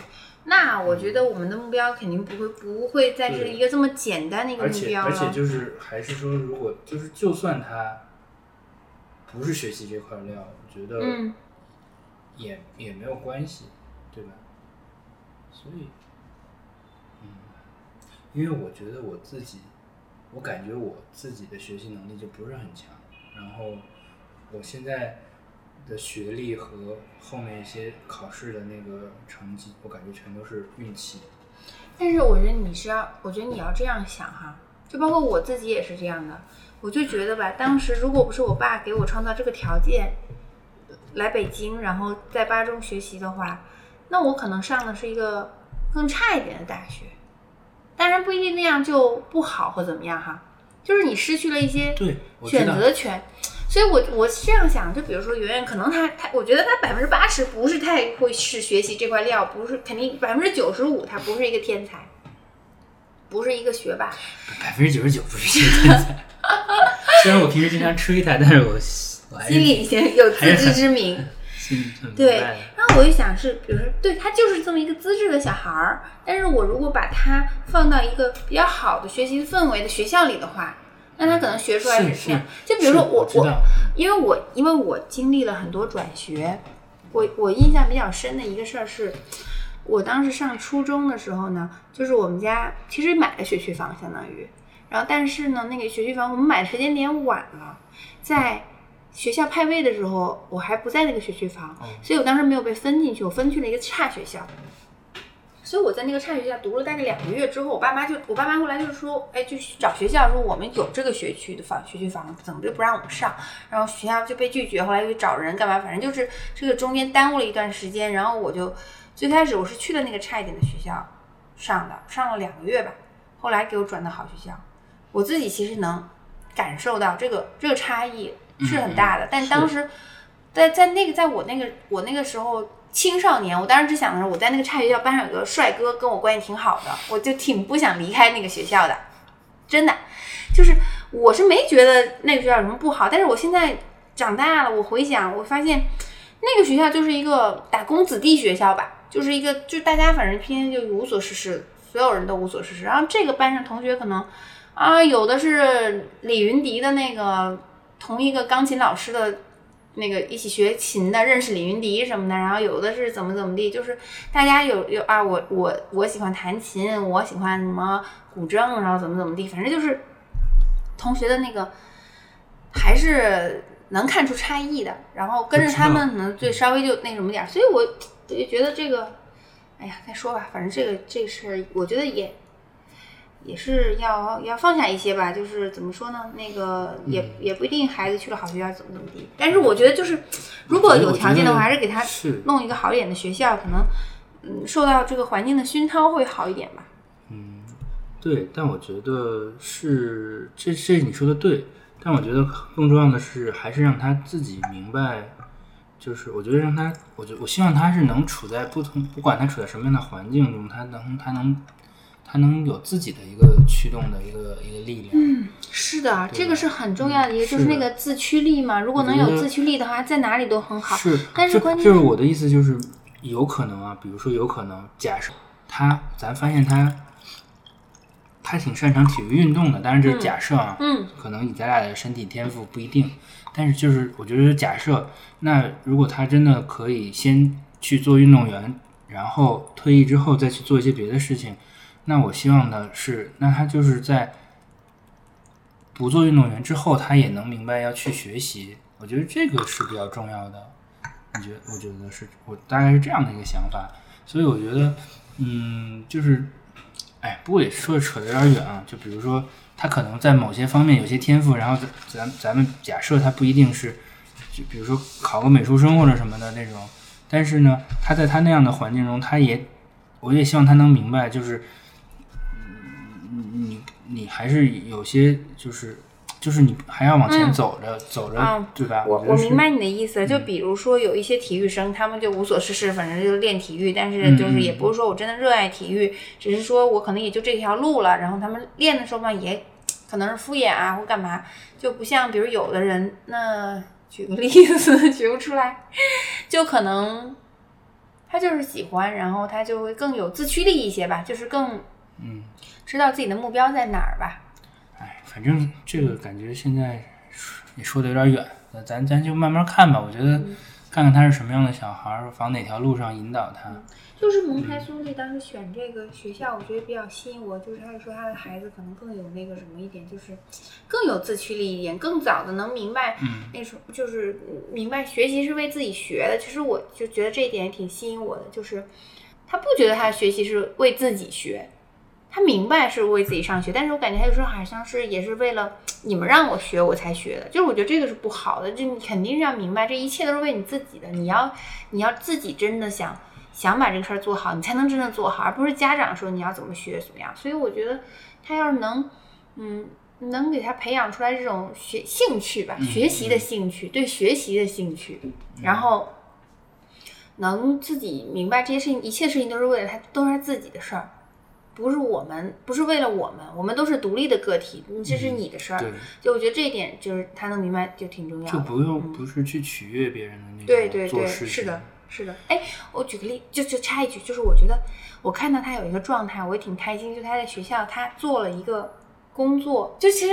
那我觉得我们的目标肯定不会不会再是对一个这么简单的一个而目且标而且了。就是还是说，如果就是就算他不是学习这块料，我觉得嗯也、也没有关系，对吧？所以，嗯，因为我觉得我自己，我感觉我自己的学习能力就不是很强，然后我现在的学历和后面一些考试的那个成绩，我感觉全都是运气。但是我觉得你是要，我觉得你要这样想哈，就包括我自己也是这样的。我就觉得吧，当时如果不是我爸给我创造这个条件，来北京然后在八中学习的话，那我可能上的是一个更差一点的大学。当然不一定那样就不好或怎么样哈，就是你失去了一些对我知选道择权。所以我，我是这样想，就比如说圆圆，可能他他，我觉得他百分之八十不是太会是学习这块料，不是肯定百分之九十五他不是一个天才，不是一个学霸。百分之九十九不是天才。 虽然我平时经常吹他，但是我我还是心里已经有自还是知很之明。心里很对明白的，然后我就想是，比如说，对他就是这么一个资质的小孩儿，但是我如果把他放到一个比较好的学习氛围的学校里的话，那他可能学出来是是是什么样？就比如说是我知道，因为我因为我经历了很多转学，我我印象比较深的一个事儿是，我当时上初中的时候呢，就是我们家其实买了学区房，相当于，然后但是呢，那个学区房我们买的时间点晚了，在学校派位的时候，我还不在那个学区房哦，所以我当时没有被分进去，我分去了一个差学校。所以我在那个差学校读了大概两个月之后，我爸妈就我爸妈后来就说，哎，就去找学校说我们有这个学区的房学区房，怎么就不让我们上？然后学校就被拒绝，后来又去找人干嘛？反正就是这个中间耽误了一段时间。然后我就最开始我是去了那个差一点的学校上的，上了两个月吧，后来给我转到好学校。我自己其实能感受到这个这个差异是很大的，嗯嗯但是当时在在那个在我那个我那个时候青少年，我当时只想的是我在那个差学校班上有个帅哥跟我关系挺好的，我就挺不想离开那个学校的，真的，就是我是没觉得那个学校有什么不好，但是我现在长大了，我回想我发现那个学校就是一个打工子弟学校吧，就是一个就大家反正天天就无所事事，所有人都无所事事，然后这个班上同学可能。啊，有的是李云迪的那个同一个钢琴老师的那个一起学琴的，认识李云迪什么的，然后有的是怎么怎么地，就是大家有有啊，我我我喜欢弹琴，我喜欢什么古筝，然后怎么怎么地，反正就是同学的那个还是能看出差异的，然后跟着他们可能最稍微就那什么点儿，所以我就觉得这个，哎呀，再说吧，反正这个这个事儿，我觉得也也是要要放下一些吧，就是怎么说呢？那个也、也不一定孩子去了好学校怎么怎么地，嗯嗯但是我觉得就是如果有条件的话，我觉得还是给他是弄一个好一点的学校，可能嗯受到这个环境的熏陶会好一点吧。嗯，对，但我觉得是这这你说的对，但我觉得更重要的是还是让他自己明白，就是我觉得让他，我觉我希望他是能处在不同，不管他处在什么样的环境中，他能他能他能有自己的一个驱动的一个一个力量。嗯，是的，这个是很重要的一个，嗯就是是的那个自驱力嘛。如果能我觉有得自驱力的话，在哪里都很好。是，但是这关键就是是我的意思就是，有可能啊，比如说有可能，假设他，咱发现他，他挺擅长体育运动的，当然这是嗯假设啊，嗯，可能你咱俩的身体天赋不一定，但是就是我觉得是假设，那如果他真的可以先去做运动员，然后退役之后再去做一些别的事情，那我希望的是，那他就是在不做运动员之后，他也能明白要去学习，我觉得这个是比较重要的。你觉我觉得是我大概是这样的一个想法，所以我觉得，嗯，就是，哎，不过也说扯得有点远啊。就比如说，他可能在某些方面有些天赋，然后咱咱咱们假设他不一定是，就比如说考个美术生或者什么的那种，但是呢，他在他那样的环境中，他也，我也希望他能明白，就是，嗯你你你还是有些就是就是你还要往前嗯走着、走着，啊对吧？我觉得我是明白你的意思，就比如说有一些体育生，他们就无所事事，反正就练体育，但是就是嗯嗯也不是说我真的热爱体育，只是说我可能也就这条路了。然后他们练的时候嘛，也可能是敷衍啊或干嘛，就不像比如有的人，那举个例 子举不出来，就可能他就是喜欢，然后他就会更有自驱力一些吧，就是更嗯。知道自己的目标在哪儿吧。哎，反正这个感觉现在也说的有点远，那咱咱就慢慢看吧。我觉得嗯看看他是什么样的小孩儿，往哪条路上引导他。就是蒙台梭利当时选这个学校，我觉得比较吸引我，就是他说他的孩子可能更有那个什么一点，就是更有自驱力一点，更早的能明白嗯那种，就是明白学习是为自己学的。其实我就觉得这一点也挺吸引我的，就是他不觉得他的学习是为自己学，他明白是为自己上学，但是我感觉他有时候好像是也是为了你们让我学我才学的，就是我觉得这个是不好的，就你肯定是要明白这一切都是为你自己的，你要你要自己真的想想把这个事儿做好，你才能真正做好，而不是家长说你要怎么学怎么样。所以我觉得他要是能，嗯，能给他培养出来这种学兴趣吧，嗯学习的兴趣，对学习的兴趣，然后能自己明白这些事情，一切事情都是为了他，都是他自己的事儿。不是我们，不是为了我们，我们都是独立的个体，这是你的事儿。嗯对，就我觉得这一点，就是他能明白就挺重要的。就不用嗯不是去取悦别人的那种对对做对，事情是的，，是的。哎，我举个例，就就插一句，就是我觉得我看到他有一个状态，我也挺开心。就他在学校，他做了一个工作，就其实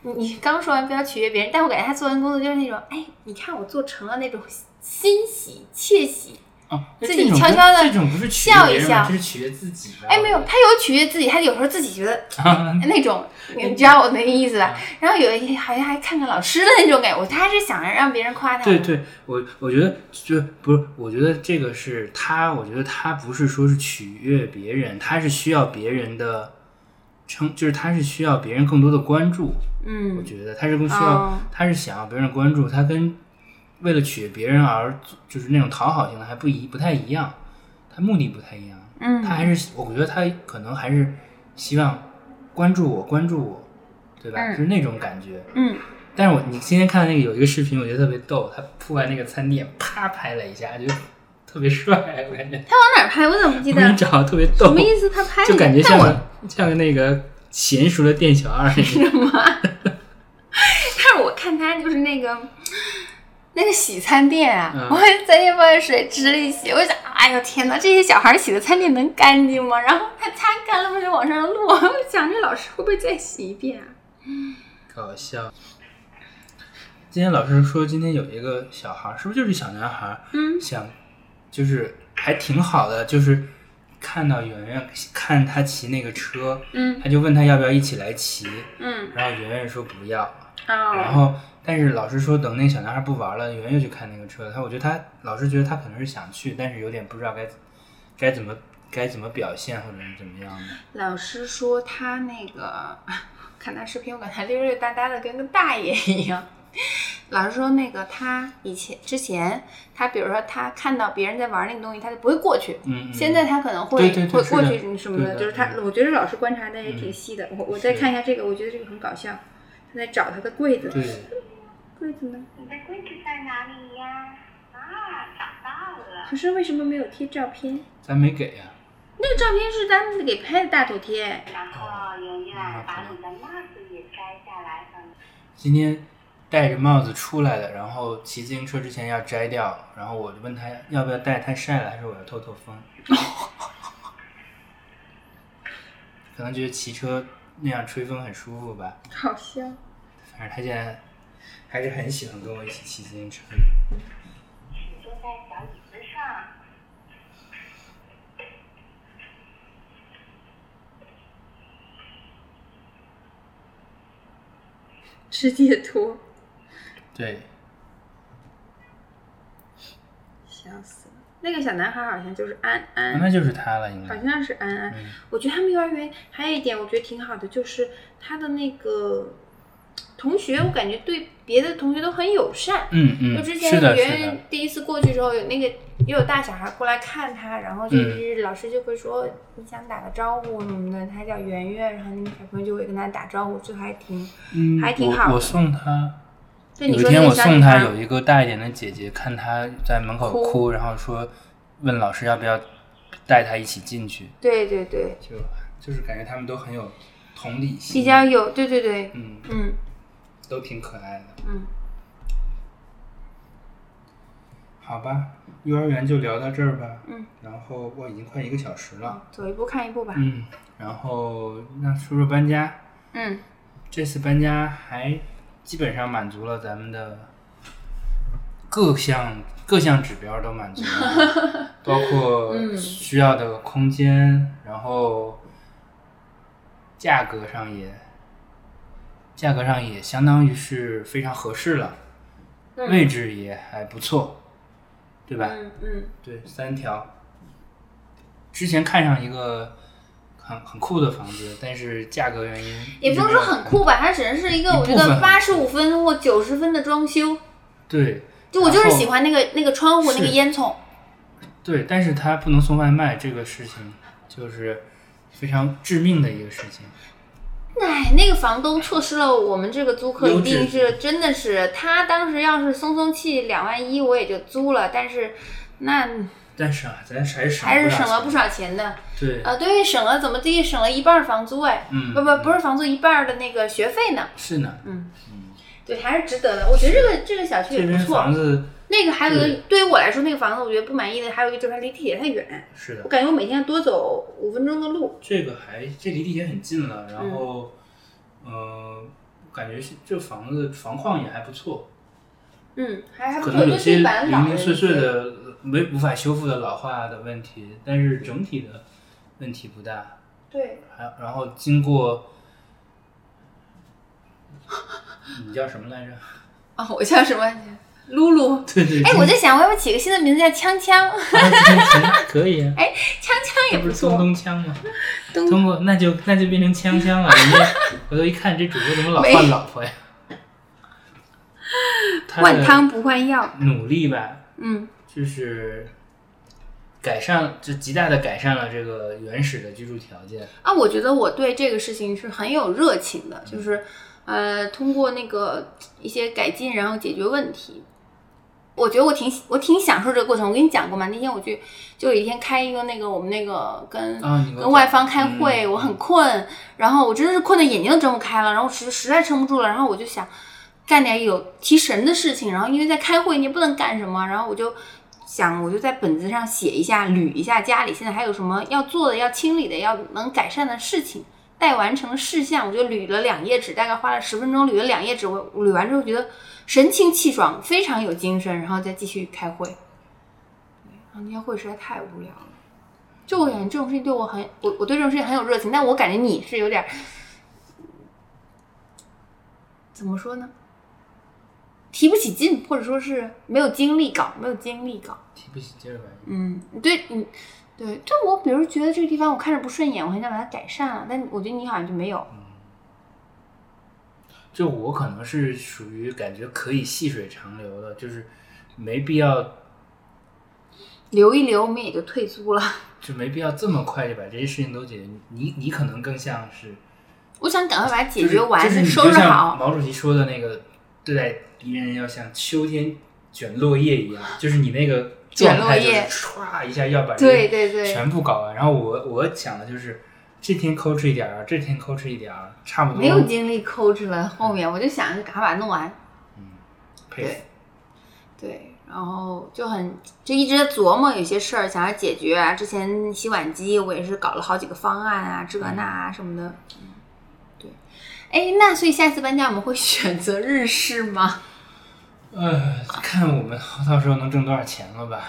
你你刚说完不要取悦别人，但我感觉他做完工作就是那种，哎，你看我做成了那种欣喜窃喜。啊，那自这己种悄不悄地这种不是取悦笑一别人笑吧，这是取悦自己吧。哎，没有，我觉他有取悦自己，他有时候自己觉 得得那种，你知道我那个意思啊吧？然后有一天好像还看看老师的那种感觉，我他是想让别人夸他。对，对，我我觉得就不是，我觉得这个是他，我觉得他不是说是取悦别人，他是需要别人的称，就是他是需要别人更多的关注。我嗯，觉得他是更需要，哦他是想要别人的关注，他跟为了取悦别人而做就是那种讨好型的还不一不太一样，他目的不太一样。嗯，他还是我觉得他可能还是希望关注我，关注我，对吧？嗯就是那种感觉。嗯但是我你今天看那个有一个视频，我觉得特别逗，他铺完那个餐垫，啪拍了一下，就特别帅，我感觉。他往哪儿拍？我怎么不记我得？给你找特别逗，什么意思？他拍就你感觉但像我个像个那个娴熟的店小二一样。啊 但是我看他就是那个那个洗餐垫啊，嗯我餐垫放在水池里洗，我就想，哎呦天哪，这些小孩儿洗的餐垫能干净吗？ 然后他擦干了不就往上落？我想这老师会不会再洗一遍啊？搞笑。今天老师说，今天有一个小孩儿，是不是就是小男孩儿？嗯想就是还挺好的，就是看到圆圆看他骑那个车，嗯他就问他要不要一起来骑，嗯然后圆圆说不要，然哦后但是老师说等那小男孩不玩了，圆圆又去看那个车了。他我觉得他老师觉得他可能是想去，但是有点不知道该该怎么该怎么表现或者是怎么样的。老师说他那个 看他视频，我感觉他溜溜达达的跟个大爷一样。老师说那个他以前之前，他比如说他看到别人在玩那个东西，他就不会过去，嗯，嗯现在他可能会对对对会是过的去什么的，对的就是他，我觉得老师观察的也挺嗯细的。我我再是看一下这个，我觉得这个很搞笑。他在找他的柜子，对，柜子呢？你的柜子在哪里呀？啊，找到了。可是为什么没有贴照片？咱没给啊呀、那个照片是咱们给拍的大头贴。然后圆嗯圆把你的帽子也摘下来了。今天戴着帽子出来的，然后骑自行车之前要摘掉，然后我就问他要不要戴，太晒了，还是我要透透风。 可能觉得骑车那样吹风很舒服吧，好笑。反正他现在还是很喜欢跟我一起骑自行车的。你坐在小椅子上。吃解脱，对，笑死了。那个小男孩好像就是安安，那就是他了，应该好。像是安安。嗯我觉得他们幼儿园还有一点，我觉得挺好的，就是他的那个同学，我感觉对别的同学都很友善。嗯就嗯，之是前的，圆是圆的，第一次过去的时候，有那个也有大小孩过来看他，然后就是老师就会说、你想打个招呼什么的，他叫圆圆，然后那个小朋友就会跟他打招呼，就还挺嗯，还挺好的我我送他。对你有一说那天个我小送女他，孩有一个大一点的姐姐看他在门口哭哭，然后说问老师要不要带他一起进去，对对对，就就是感觉他们都很有同理心，比较有对对对，嗯，嗯都挺可爱的。嗯，好吧，幼儿园就聊到这儿吧。嗯，然后哇，已经快一个小时了。走一步看一步吧，嗯，然后那说说搬家，嗯这次搬家还基本上满足了咱们的各项各项指标都满 足了，包括嗯需要的空间，然后价格上也价格上也相当于是非常合适了，嗯位置也还不错，对吧？嗯嗯对，三条。之前看上一个很很酷的房子，但是价格原因也不能说很酷吧，它只能是一个一我觉部分得很八十五分或九十分的装修，对就我就是然后喜欢那个那个窗户那个是烟囱，对，但是它不能送外卖这个事情，就是非常致命的一个事情。哎，那个房东错失了我们这个租客，优一质定是真的是他当时要是松松气两万一，我也就租了。但是那但是啊，咱还是省还是了省了不少少钱的。钱。对，啊，对，省了怎么地？省了一半儿房租哎，嗯不不不是房租，一半儿的那个学费呢。是呢，嗯对，还是值得的。我觉得这个这个小区这也边不错房。子那个还有一个，对于我来说，那个房子我觉得不满意的还有一个就是它离地铁太远，是的我，感觉我每天要多走五分钟的路。这个还这离地铁很近了，嗯然后，呃，感觉是这房子房况也还不错，嗯，还还不可错，能就有是些一般老零人零碎碎一些。的没无法修复的老化的问题，但是整体的问题不大。对，还然后经过，你叫什么来着？ 啊，我叫什么？露露。对对。哎，经我在想，我要不要起个新的名字叫锵锵？ 可以啊，哎，锵锵也这不不是东错。东枪吗？东通过那就那就变成枪枪了。人家回头一看，这主播怎么老没换老 婆呀？他换的汤不换药。努力吧，嗯就是改善，就极大的改善了这个原始的居住条件。啊，我觉得我对这个事情是很有热情的，就是嗯呃，通过那个一些改进，然后解决问题。我觉得我挺我挺享受这个过程。我跟你讲过嘛，那天我去就有一天开一个那个我们那个跟啊，你给我跟外讲方开会，嗯我很困，然后我真的是困的眼睛都睁不开了，然后实实在撑不住了，然后我就想干点有提神的事情，然后因为在开会你也不能干什么，然后我就想我就在本子上写一下，捋一下家里现在还有什么要做的、要清理的、要能改善的事情。待完成的事项，我就捋了两页纸，大概花了十分钟捋了两页纸。我我捋完之后觉得神清气爽，非常有精神，然后再继续开会。然后那天会实在太无聊了。就我感觉这种事情对我很，我我对这种事情很有热情，但我感觉你是有点儿，怎么说呢？提不起劲，或者说是没有精力搞，没有精力搞。提不起劲儿来。嗯，对，嗯，对，就我比如觉得这个地方我看着不顺眼，我很想把它改善了，但我觉得你好像就没有。嗯就我可能是属于感觉可以细水长流的，就是没必要，留一留，我们也就退租了。就没必要这么快就把这些事情都解决。你你可能更像是我想赶快把它解就是决完，就是你收就拾像好。毛主席说的那个，对待敌人要像秋天卷落叶一样，就是你那个卷状落态就是叶唰一下要把这对个对对，全部搞完。然后我我想的就是这天抠哧一点儿，这天抠哧一点儿，差不多。没有精力抠哧了后面，我就想赶快把它弄完。嗯佩服。对，然后就很就一直在琢磨有些事儿想要解决啊。之前洗碗机我也是搞了好几个方案啊，这那啊什么的。对，哎，那所以下次搬家我们会选择日式吗？呃，看我们到时候能挣多少钱了吧。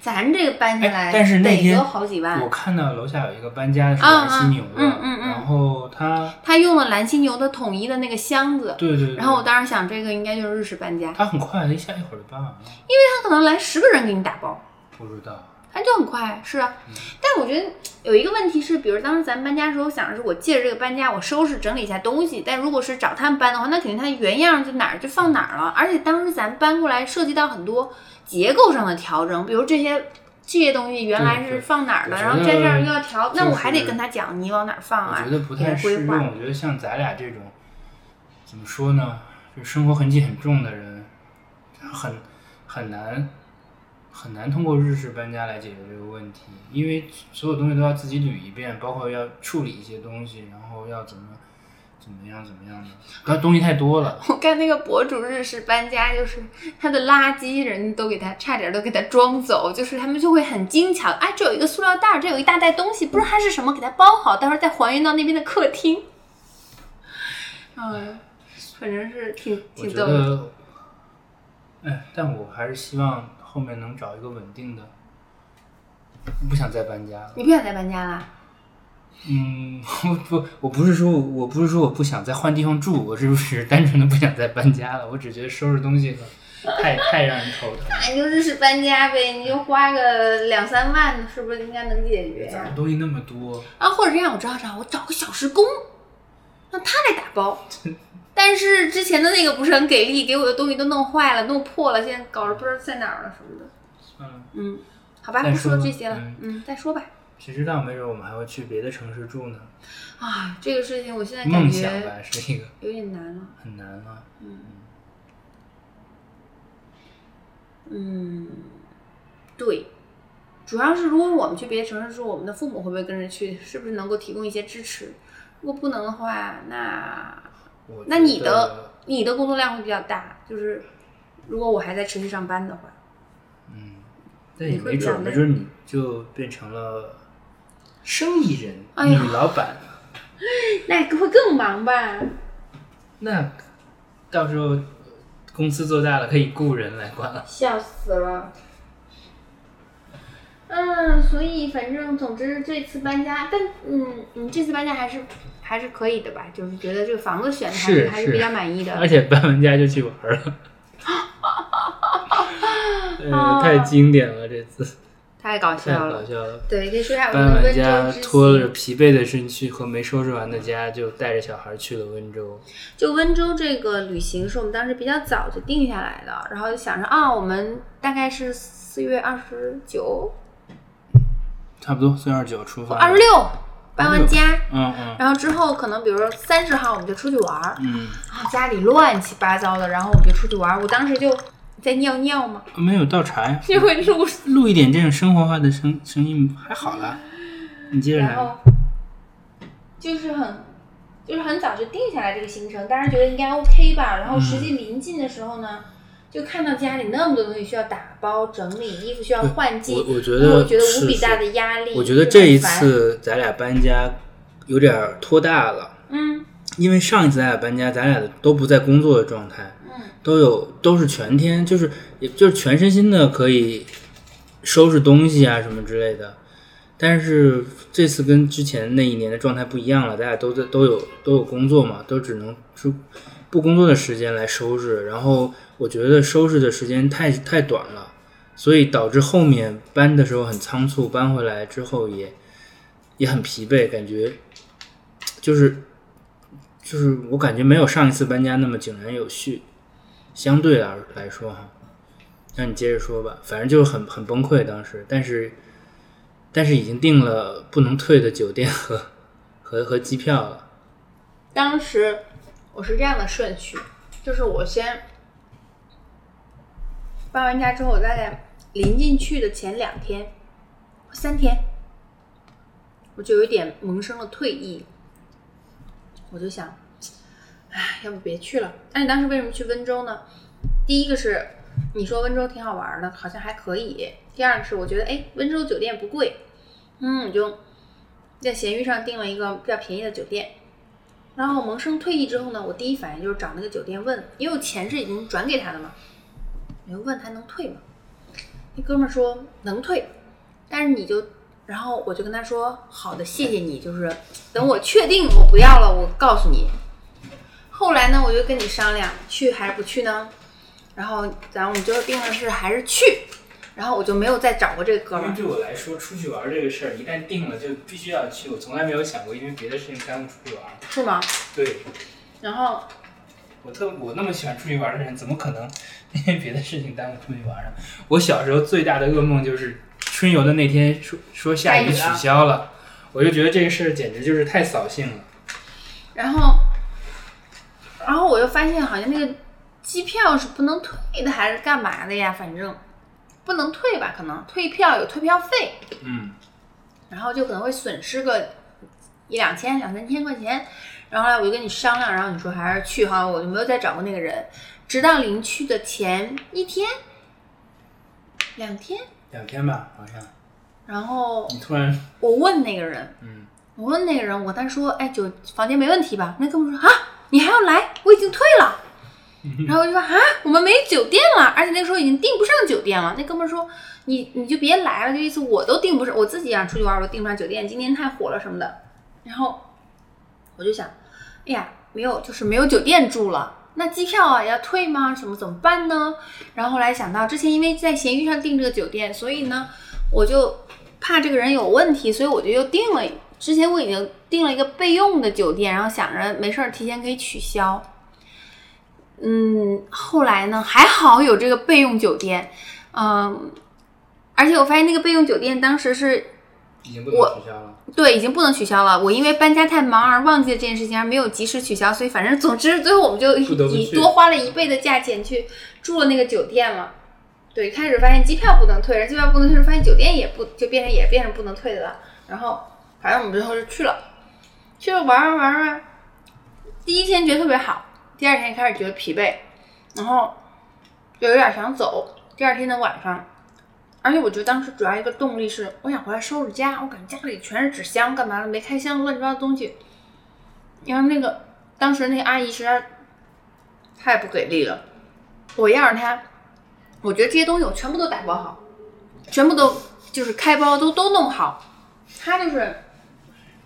咱这个搬下来，哎但是那得天有好几我万。看到楼下有一个搬家的是啊来犀牛的，嗯嗯嗯然后他，他用了蓝犀牛的统一的那个箱子，对对对，然后我当时想这个应该就是日式搬家，他很快的一下一会儿就搬完了，他可能来十个人给你打包。不知道，它就很快，是啊。但我觉得有一个问题是，比如当时咱们搬家的时候，想的是我借着这个搬家，我收拾整理一下东西。但如果是找他们搬的话，那肯定它原样就哪儿就放哪儿了。而且当时咱们搬过来，涉及到很多结构上的调整，比如这些这些东西原来对是对放哪儿的，我觉然后得在这儿又要调，那就我还得是跟他讲你往哪儿放我啊觉得不，给太他规适划。用。我觉得像咱俩这种，怎么说呢，就是生活痕迹很重的人，很很难很难通过日式搬家来解决这个问题，因为所有东西都要自己捋一遍，包括要处理一些东西，然后要怎么怎么样怎么样的，不要东西太多了。我看那个博主日式搬家，就是他的垃圾人都给他差点都给他装走，就是他们就会很精巧，哎，这有一个塑料袋儿，这有一大袋东西，不知道它是什么，给它包好，到时候再还原到那边的客厅。嗯，反正是挺我挺觉逗的。得，哎，但我还是希望后面能找一个稳定的，不想再搬家了。你不想再搬家啦？嗯， 我不，我不是说我，我不是说我不想再换地方住，我是不是单纯的不想再搬家了？我只觉得收拾东西很太太让人头疼了。哎那你就日式搬家呗，你就花个两三万，是不是应该能解决咱呀、们东西那么多，啊，或者这样，我知道，知道，我找个小时工，让他来打包。但是之前的那个不是很给力，给我的东西都弄坏了、弄破了，现在搞得不知道在哪儿了什么的。算了，嗯，好吧，再不说说吧这些了，嗯嗯，再说吧。谁知道没准我们还会去别的城市住呢？啊，这个事情我现在感梦想吧觉，是一个有点难了。很难了。嗯嗯嗯，对，主要是如果我们去别的城市住，我们的父母会不会跟着去？是不是能够提供一些支持？如果不能的话，那我那你觉的得你的工作量会比较大，就是如果我还在持续上班的话，嗯，但也你会没准儿长没得准儿你就变成了生意人，哎呀女老板，那会更忙吧？那到时候公司做大了可以雇人来管了。笑死了。嗯，所以反正总之这次搬家，但嗯嗯，这次搬家还是还是可以的吧，就是觉得这个房子选的还是还是是比较满意的。而且搬完家就去玩儿了， 呃，太经典了，这次太搞太笑搞了。笑了。啊对，可以说一下我搬们完温家州之拖行。着疲惫的身躯和没收拾完的家，就带着小孩去了温州。就温州这个旅行是我们当时比较早就定下来的，然后就想着啊，我们大概是四月二十九、差不多四二九出发，二十，六搬完家，嗯嗯然后之后可能比如说三十号我们就出去玩儿，嗯，啊，家里乱七八糟的，然后我们就出去玩儿。我当时就在尿尿嘛，啊没有倒茶呀，就会录。录一点这种生活化的声声音还好啦。你接着然来后，就是很，就是很早就定下来这个行程，当时觉得应该 OK 吧。然后实际临近的时候呢，就看到家里那么多东西需要打包、整理，衣服需要换季，我我觉然后得我觉得是无比是大的压力。我觉得就这很一烦，次咱俩搬家有点儿拖大了。嗯因为上一次咱俩搬家，咱俩都不在工作的状态，嗯，都有都是全天，就是也就是全身心的可以收拾东西啊什么之类的。但是这次跟之前那一年的状态不一样了，大家都在都有都有工作嘛，都只能出不工作的时间来收拾。然后我觉得收拾的时间太太短了，所以导致后面搬的时候很仓促，搬回来之后也也很疲惫，感觉就是就是我感觉没有上一次搬家那么井然有序，相对来来说哈，那你接着说吧，反正就是很很崩溃当时，但是但是已经订了不能退的酒店和和和机票了，当时我是这样的顺序，就是我先搬完家之后，我大概临近去的前两天、三天，我就有点萌生了退意，我就想，唉，要不别去了。哎那你当时为什么去温州呢？第一个是你说温州挺好玩的，好像还可以；第二个是我觉得哎，温州酒店不贵，嗯，我就在闲鱼上订了一个比较便宜的酒店。然后萌生退役之后呢，我第一反应就是找那个酒店问，因为我钱是已经转给他的嘛，我就问他能退吗？那哥们儿说能退，但是你就，然后我就跟他说好的，谢谢你，就是等我确定我不要了，我告诉你。后来呢，我就跟你商量去还是不去呢，然后咱我们就定的是还是去，然后我就没有再找过这个哥们儿。对我来说，出去玩这个事儿一旦定了就必须要去，我从来没有想过因为别的事情耽误出去玩。是吗？对然后我特我那么喜欢出去玩的人，怎么可能因为别的事情耽误出去玩呢？我小时候最大的噩梦就是春游的那天说说下雨取消了，我就觉得这个事儿简直就是太扫兴了。然后，然后我又发现好像那个机票是不能退的，还是干嘛的呀？反正不能退吧，可能退票有退票费，嗯，然后就可能会损失个一两千、两三千块钱。然后后来我就跟你商量，然后你说还是去哈，我就没有再找过那个人。直到临去的前一天、两天，两天吧，好像然后你突然我问那个人，嗯，我问那个人，我当时说，哎，酒房间没问题吧？那哥们说啊，你还要来？我已经退了。然后我就说啊，我们没酒店了，而且那个时候已经订不上酒店了。那哥们说，你你就别来了，就意思我都订不上，我自己想出去玩，我都订不上酒店，今年太火了什么的。然后我就想，哎呀，没有，就是没有酒店住了。那机票啊要退吗？什么怎么办呢？然后后来想到之前因为在闲鱼上订这个酒店，所以呢，我就怕这个人有问题，所以我就又订了。之前我已经订了一个备用的酒店，然后想着没事儿提前可以取消。嗯，后来呢，还好有这个备用酒店，嗯，而且我发现那个备用酒店当时是已经不能取消 了。对，已经不能取消了。我因为搬家太忙而忘记了这件事情，而没有及时取消，所以反正总之最后我们就不得不以去多花了一倍的价钱去住了那个酒店了。对，开始发现机票不能退，然后机票不能退，时候发现酒店也不就变成也变成不能退的了。然后反正我们最后就去了，去了玩儿玩儿玩儿，第一天觉得特别好，第二天开始觉得疲惫，然后就有点想走。第二天的晚上，而且我觉得当时主要一个动力是，我想回来收拾家，我感觉家里全是纸箱，干嘛了没开箱，乱七八糟的东西。然后那个当时那个阿姨实在太不给力了，我要是她，我觉得这些东西我全部都打包好，全部都就是开包都都弄好，她就是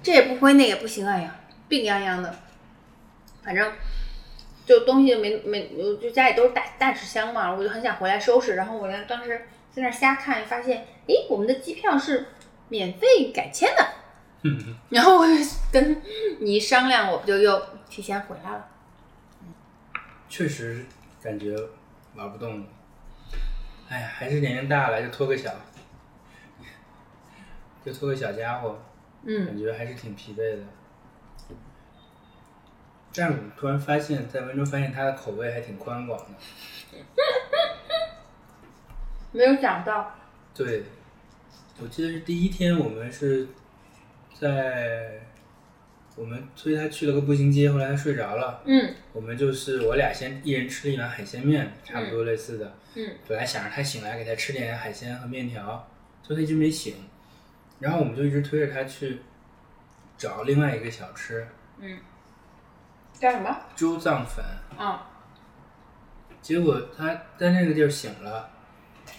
这也不会那也不行，哎呀，病殃殃的，反正。就东西没没，我就家里都是大大纸箱嘛，我就很想回来收拾。然后我那当时在那儿瞎看，发现，诶，我们的机票是免费改签的，嗯然后我就跟你一商量，我不就又提前回来了。确实感觉玩不动了。哎呀，还是年龄大了，就拖个小， 就拖个小家伙，嗯感觉还是挺疲惫的。但是我突然发现，在温州发现它的口味还挺宽广的。没有想到，对，我记得是第一天我们是在我们推他去了个步行街，后来他睡着了，嗯我们就是我俩先一人吃了一碗海鲜面，差不多类似的。嗯本来想着他醒来给他吃点海鲜和面条，就他一直没醒，然后我们就一直推着他去找另外一个小吃嗯，叫什么？猪脏粉，啊、结果他在那个地儿醒了，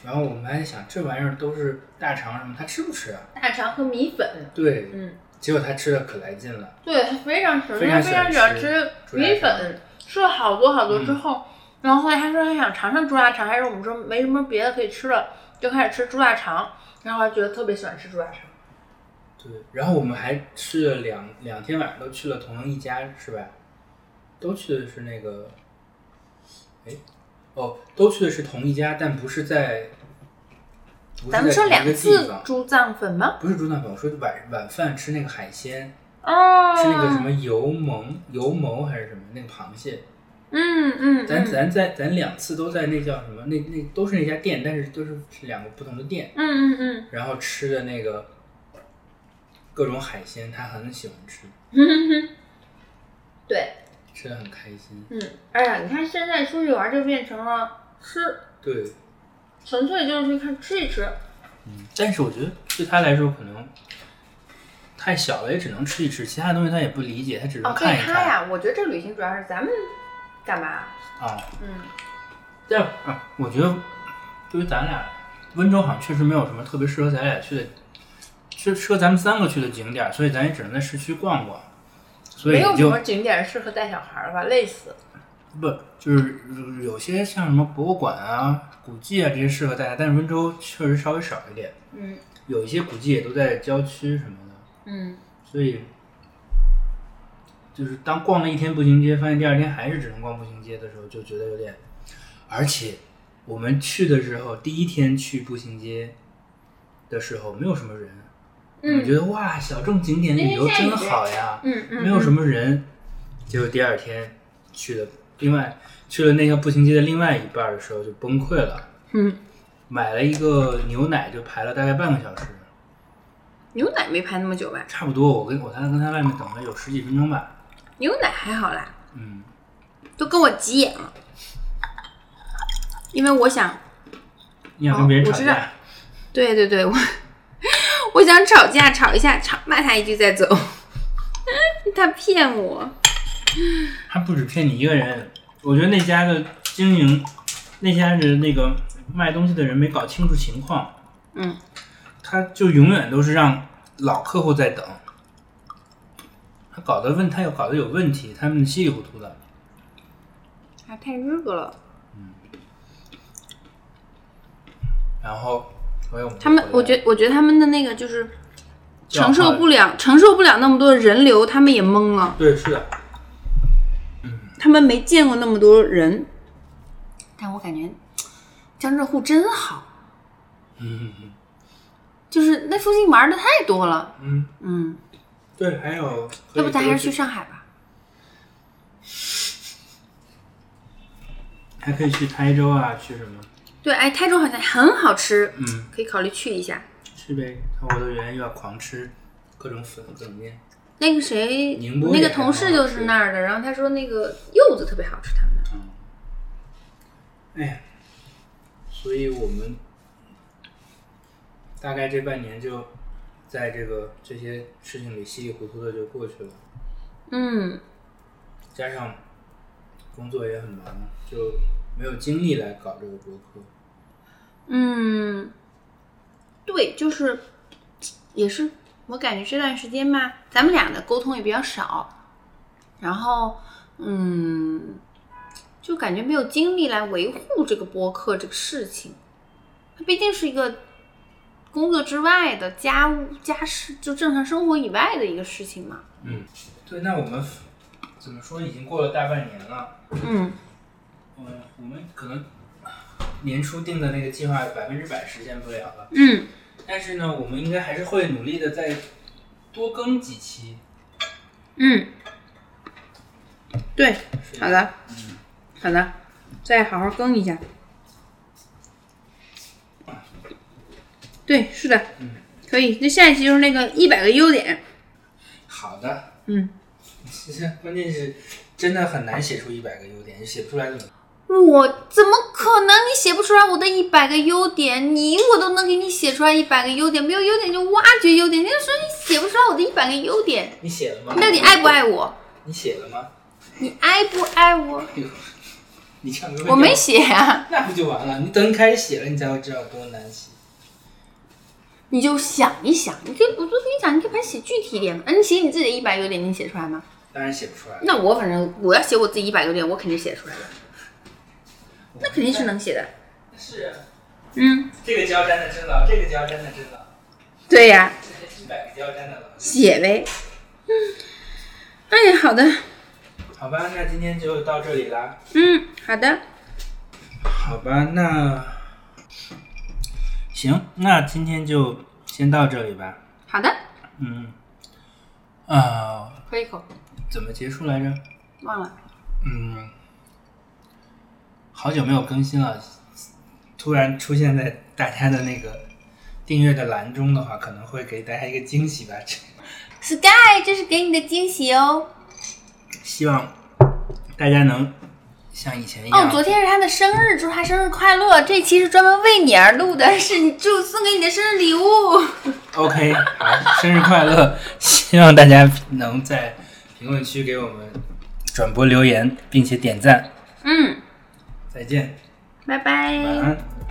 然后我们还想这玩意儿都是大肠什么，他吃不吃啊？大肠和米粉。对，嗯，结果他吃的可来劲了，对，非常喜欢，非他常非喜欢常喜欢吃吃猪米大肠粉，吃了好多好多之嗯后，然后后来他说他想尝尝猪大肠，还是我们说没什么别的可以吃了，就开始吃猪大肠，然后他觉得特别喜欢吃猪大肠。对，然后我们还去了两两天晚上都去了同仁一家是吧？都去的是那个，哎，哦，都去的是同一家，但不是在，不是咱们在说同一两个地次方，猪脏粉吗？不是猪大粉，我说晚晚饭吃那个海鲜，哦，吃那个什么油蒙油蒙还是什么那个螃蟹，嗯嗯，咱嗯咱在咱两次都在那叫什么那那都是那家店，但是都是是两个不同的店，嗯嗯然后吃的那个各种海鲜，他很喜欢吃，嗯，对，吃的很开心。嗯，哎呀，你看现在出去玩就变成了吃，对，纯粹就是去看吃一吃。嗯，但是我觉得对他来说可能太小了，也只能吃一吃，其他东西他也不理解，他只能哦，对看一他看。呀，我觉得这个旅行主要是咱们干嘛？啊，嗯，但啊，我觉得对于咱俩，温州好像确实没有什么特别适合咱俩去的，适适合咱们三个去的景点，所以咱也只能在市区逛逛。所以没有你什就么景点适合带小孩儿吧，累死。不就是有些像什么博物馆啊、古迹啊这些适合大家，但是温州确实稍微少一点，嗯有一些古迹也都在郊区什么的，嗯，所以就是当逛了一天步行街，发现第二天还是只能逛步行街的时候，就觉得有点，而且我们去的时候，第一天去步行街的时候没有什么人，嗯我觉得哇，小众景点旅游真好呀，嗯嗯没有什么人。结果第二天去了另外去了那个步行街的另外一半儿的时候就崩溃了，嗯，买了一个牛奶就排了大概半个小时，嗯牛奶没排那么久吧？差不多我跟我他跟他外面等了有十几分钟吧，牛奶还好啦，嗯，都跟我急眼了，因为我想你想跟别人哦吵我知道架，对对对，我我想吵架，吵一下，吵骂他一句再走。 他骗我，他不止骗你一个人，我觉得那家的经营，那家的那个卖东西的人没搞清楚情况，嗯，他就永远都是让老客户在等，他搞得问他又搞得有问题，他们稀里糊涂的，他太热了。然后所以我们他们，我觉得我觉得他们的那个就是承受不了，承受不了那么多人流，他们也懵了，对是的，他们没见过那么多人。但我感觉江浙沪真好，嗯嗯就是那附近玩的太多了。嗯，嗯，对，还有要不咱还是去去上海吧？还可以去台州啊，去什么对，哎，台州好像很好吃，嗯，可以考虑去一下。去呗。看我的园又要狂吃各种粉各种面，那个谁，宁波那也个很同事好就吃是那儿的，然后他说那个柚子特别好吃，他们那儿。嗯，哎呀，所以我们大概这半年就在这个这些事情里稀里糊涂的就过去了，嗯，加上工作也很忙，就没有精力来搞这个博客。嗯，对，就是也是，我感觉这段时间吧，咱们俩的沟通也比较少，然后嗯，就感觉没有精力来维护这个播客这个事情，它毕竟是一个工作之外的家务家事，就正常生活以外的一个事情嘛。对，那我们怎么说已经过了大半年了？嗯嗯，我们可能年初定的那个计划百分之百实现不了了，嗯，但是呢，我们应该还是会努力的再多更几期。嗯，对，是好的，好的，再好好更一下。对，是的，嗯可以。那下一期就是那个一百个优点，好的，嗯，其实关键是真的很难写出一百个优点，写不出来怎么？我怎么可能？你写不出来我的一百个优点，你我都能给你写出来一百个优点，没有优点就挖掘优点。那就说你写不出来我的一百个优点，你写了吗？你到底爱不？爱我？你写了吗？你爱不爱我？哎呦， 你唱歌我没，写啊，那不就完了？你等你开始写了，你才会知道有多难写。你就想一想，你可以，我就跟你讲，你可以把它写具体一点嘛。嗯，你写你自己的一百优点，你写出来吗？当然写不出来了。那我反正我要写我自己一百个点，我肯定写出来的，那肯定是能写的。是嗯，这个胶粘的真牢，这个胶粘的真牢，对呀、这是一百个胶粘的牢。写呗。嗯，哎呀，好的，好吧，那今天就到这里啦。嗯，好的，好吧，那行，那今天就先到这里吧。好的，嗯，啊、喝一口，怎么结束来着？忘了。嗯，好久没有更新了，突然出现在大家的那个订阅的栏中的话，可能会给大家一个惊喜吧。这 Sky，这是给你的惊喜哦。希望大家能像以前一哦，样。昨天是他的生日，祝他生日快乐。这期是专门为你而录的，是你祝送给你的生日礼物。 OK，好，生日快乐！希望大家能在评论区给我们转播留言，并且点赞。嗯，再见，拜拜。晚安。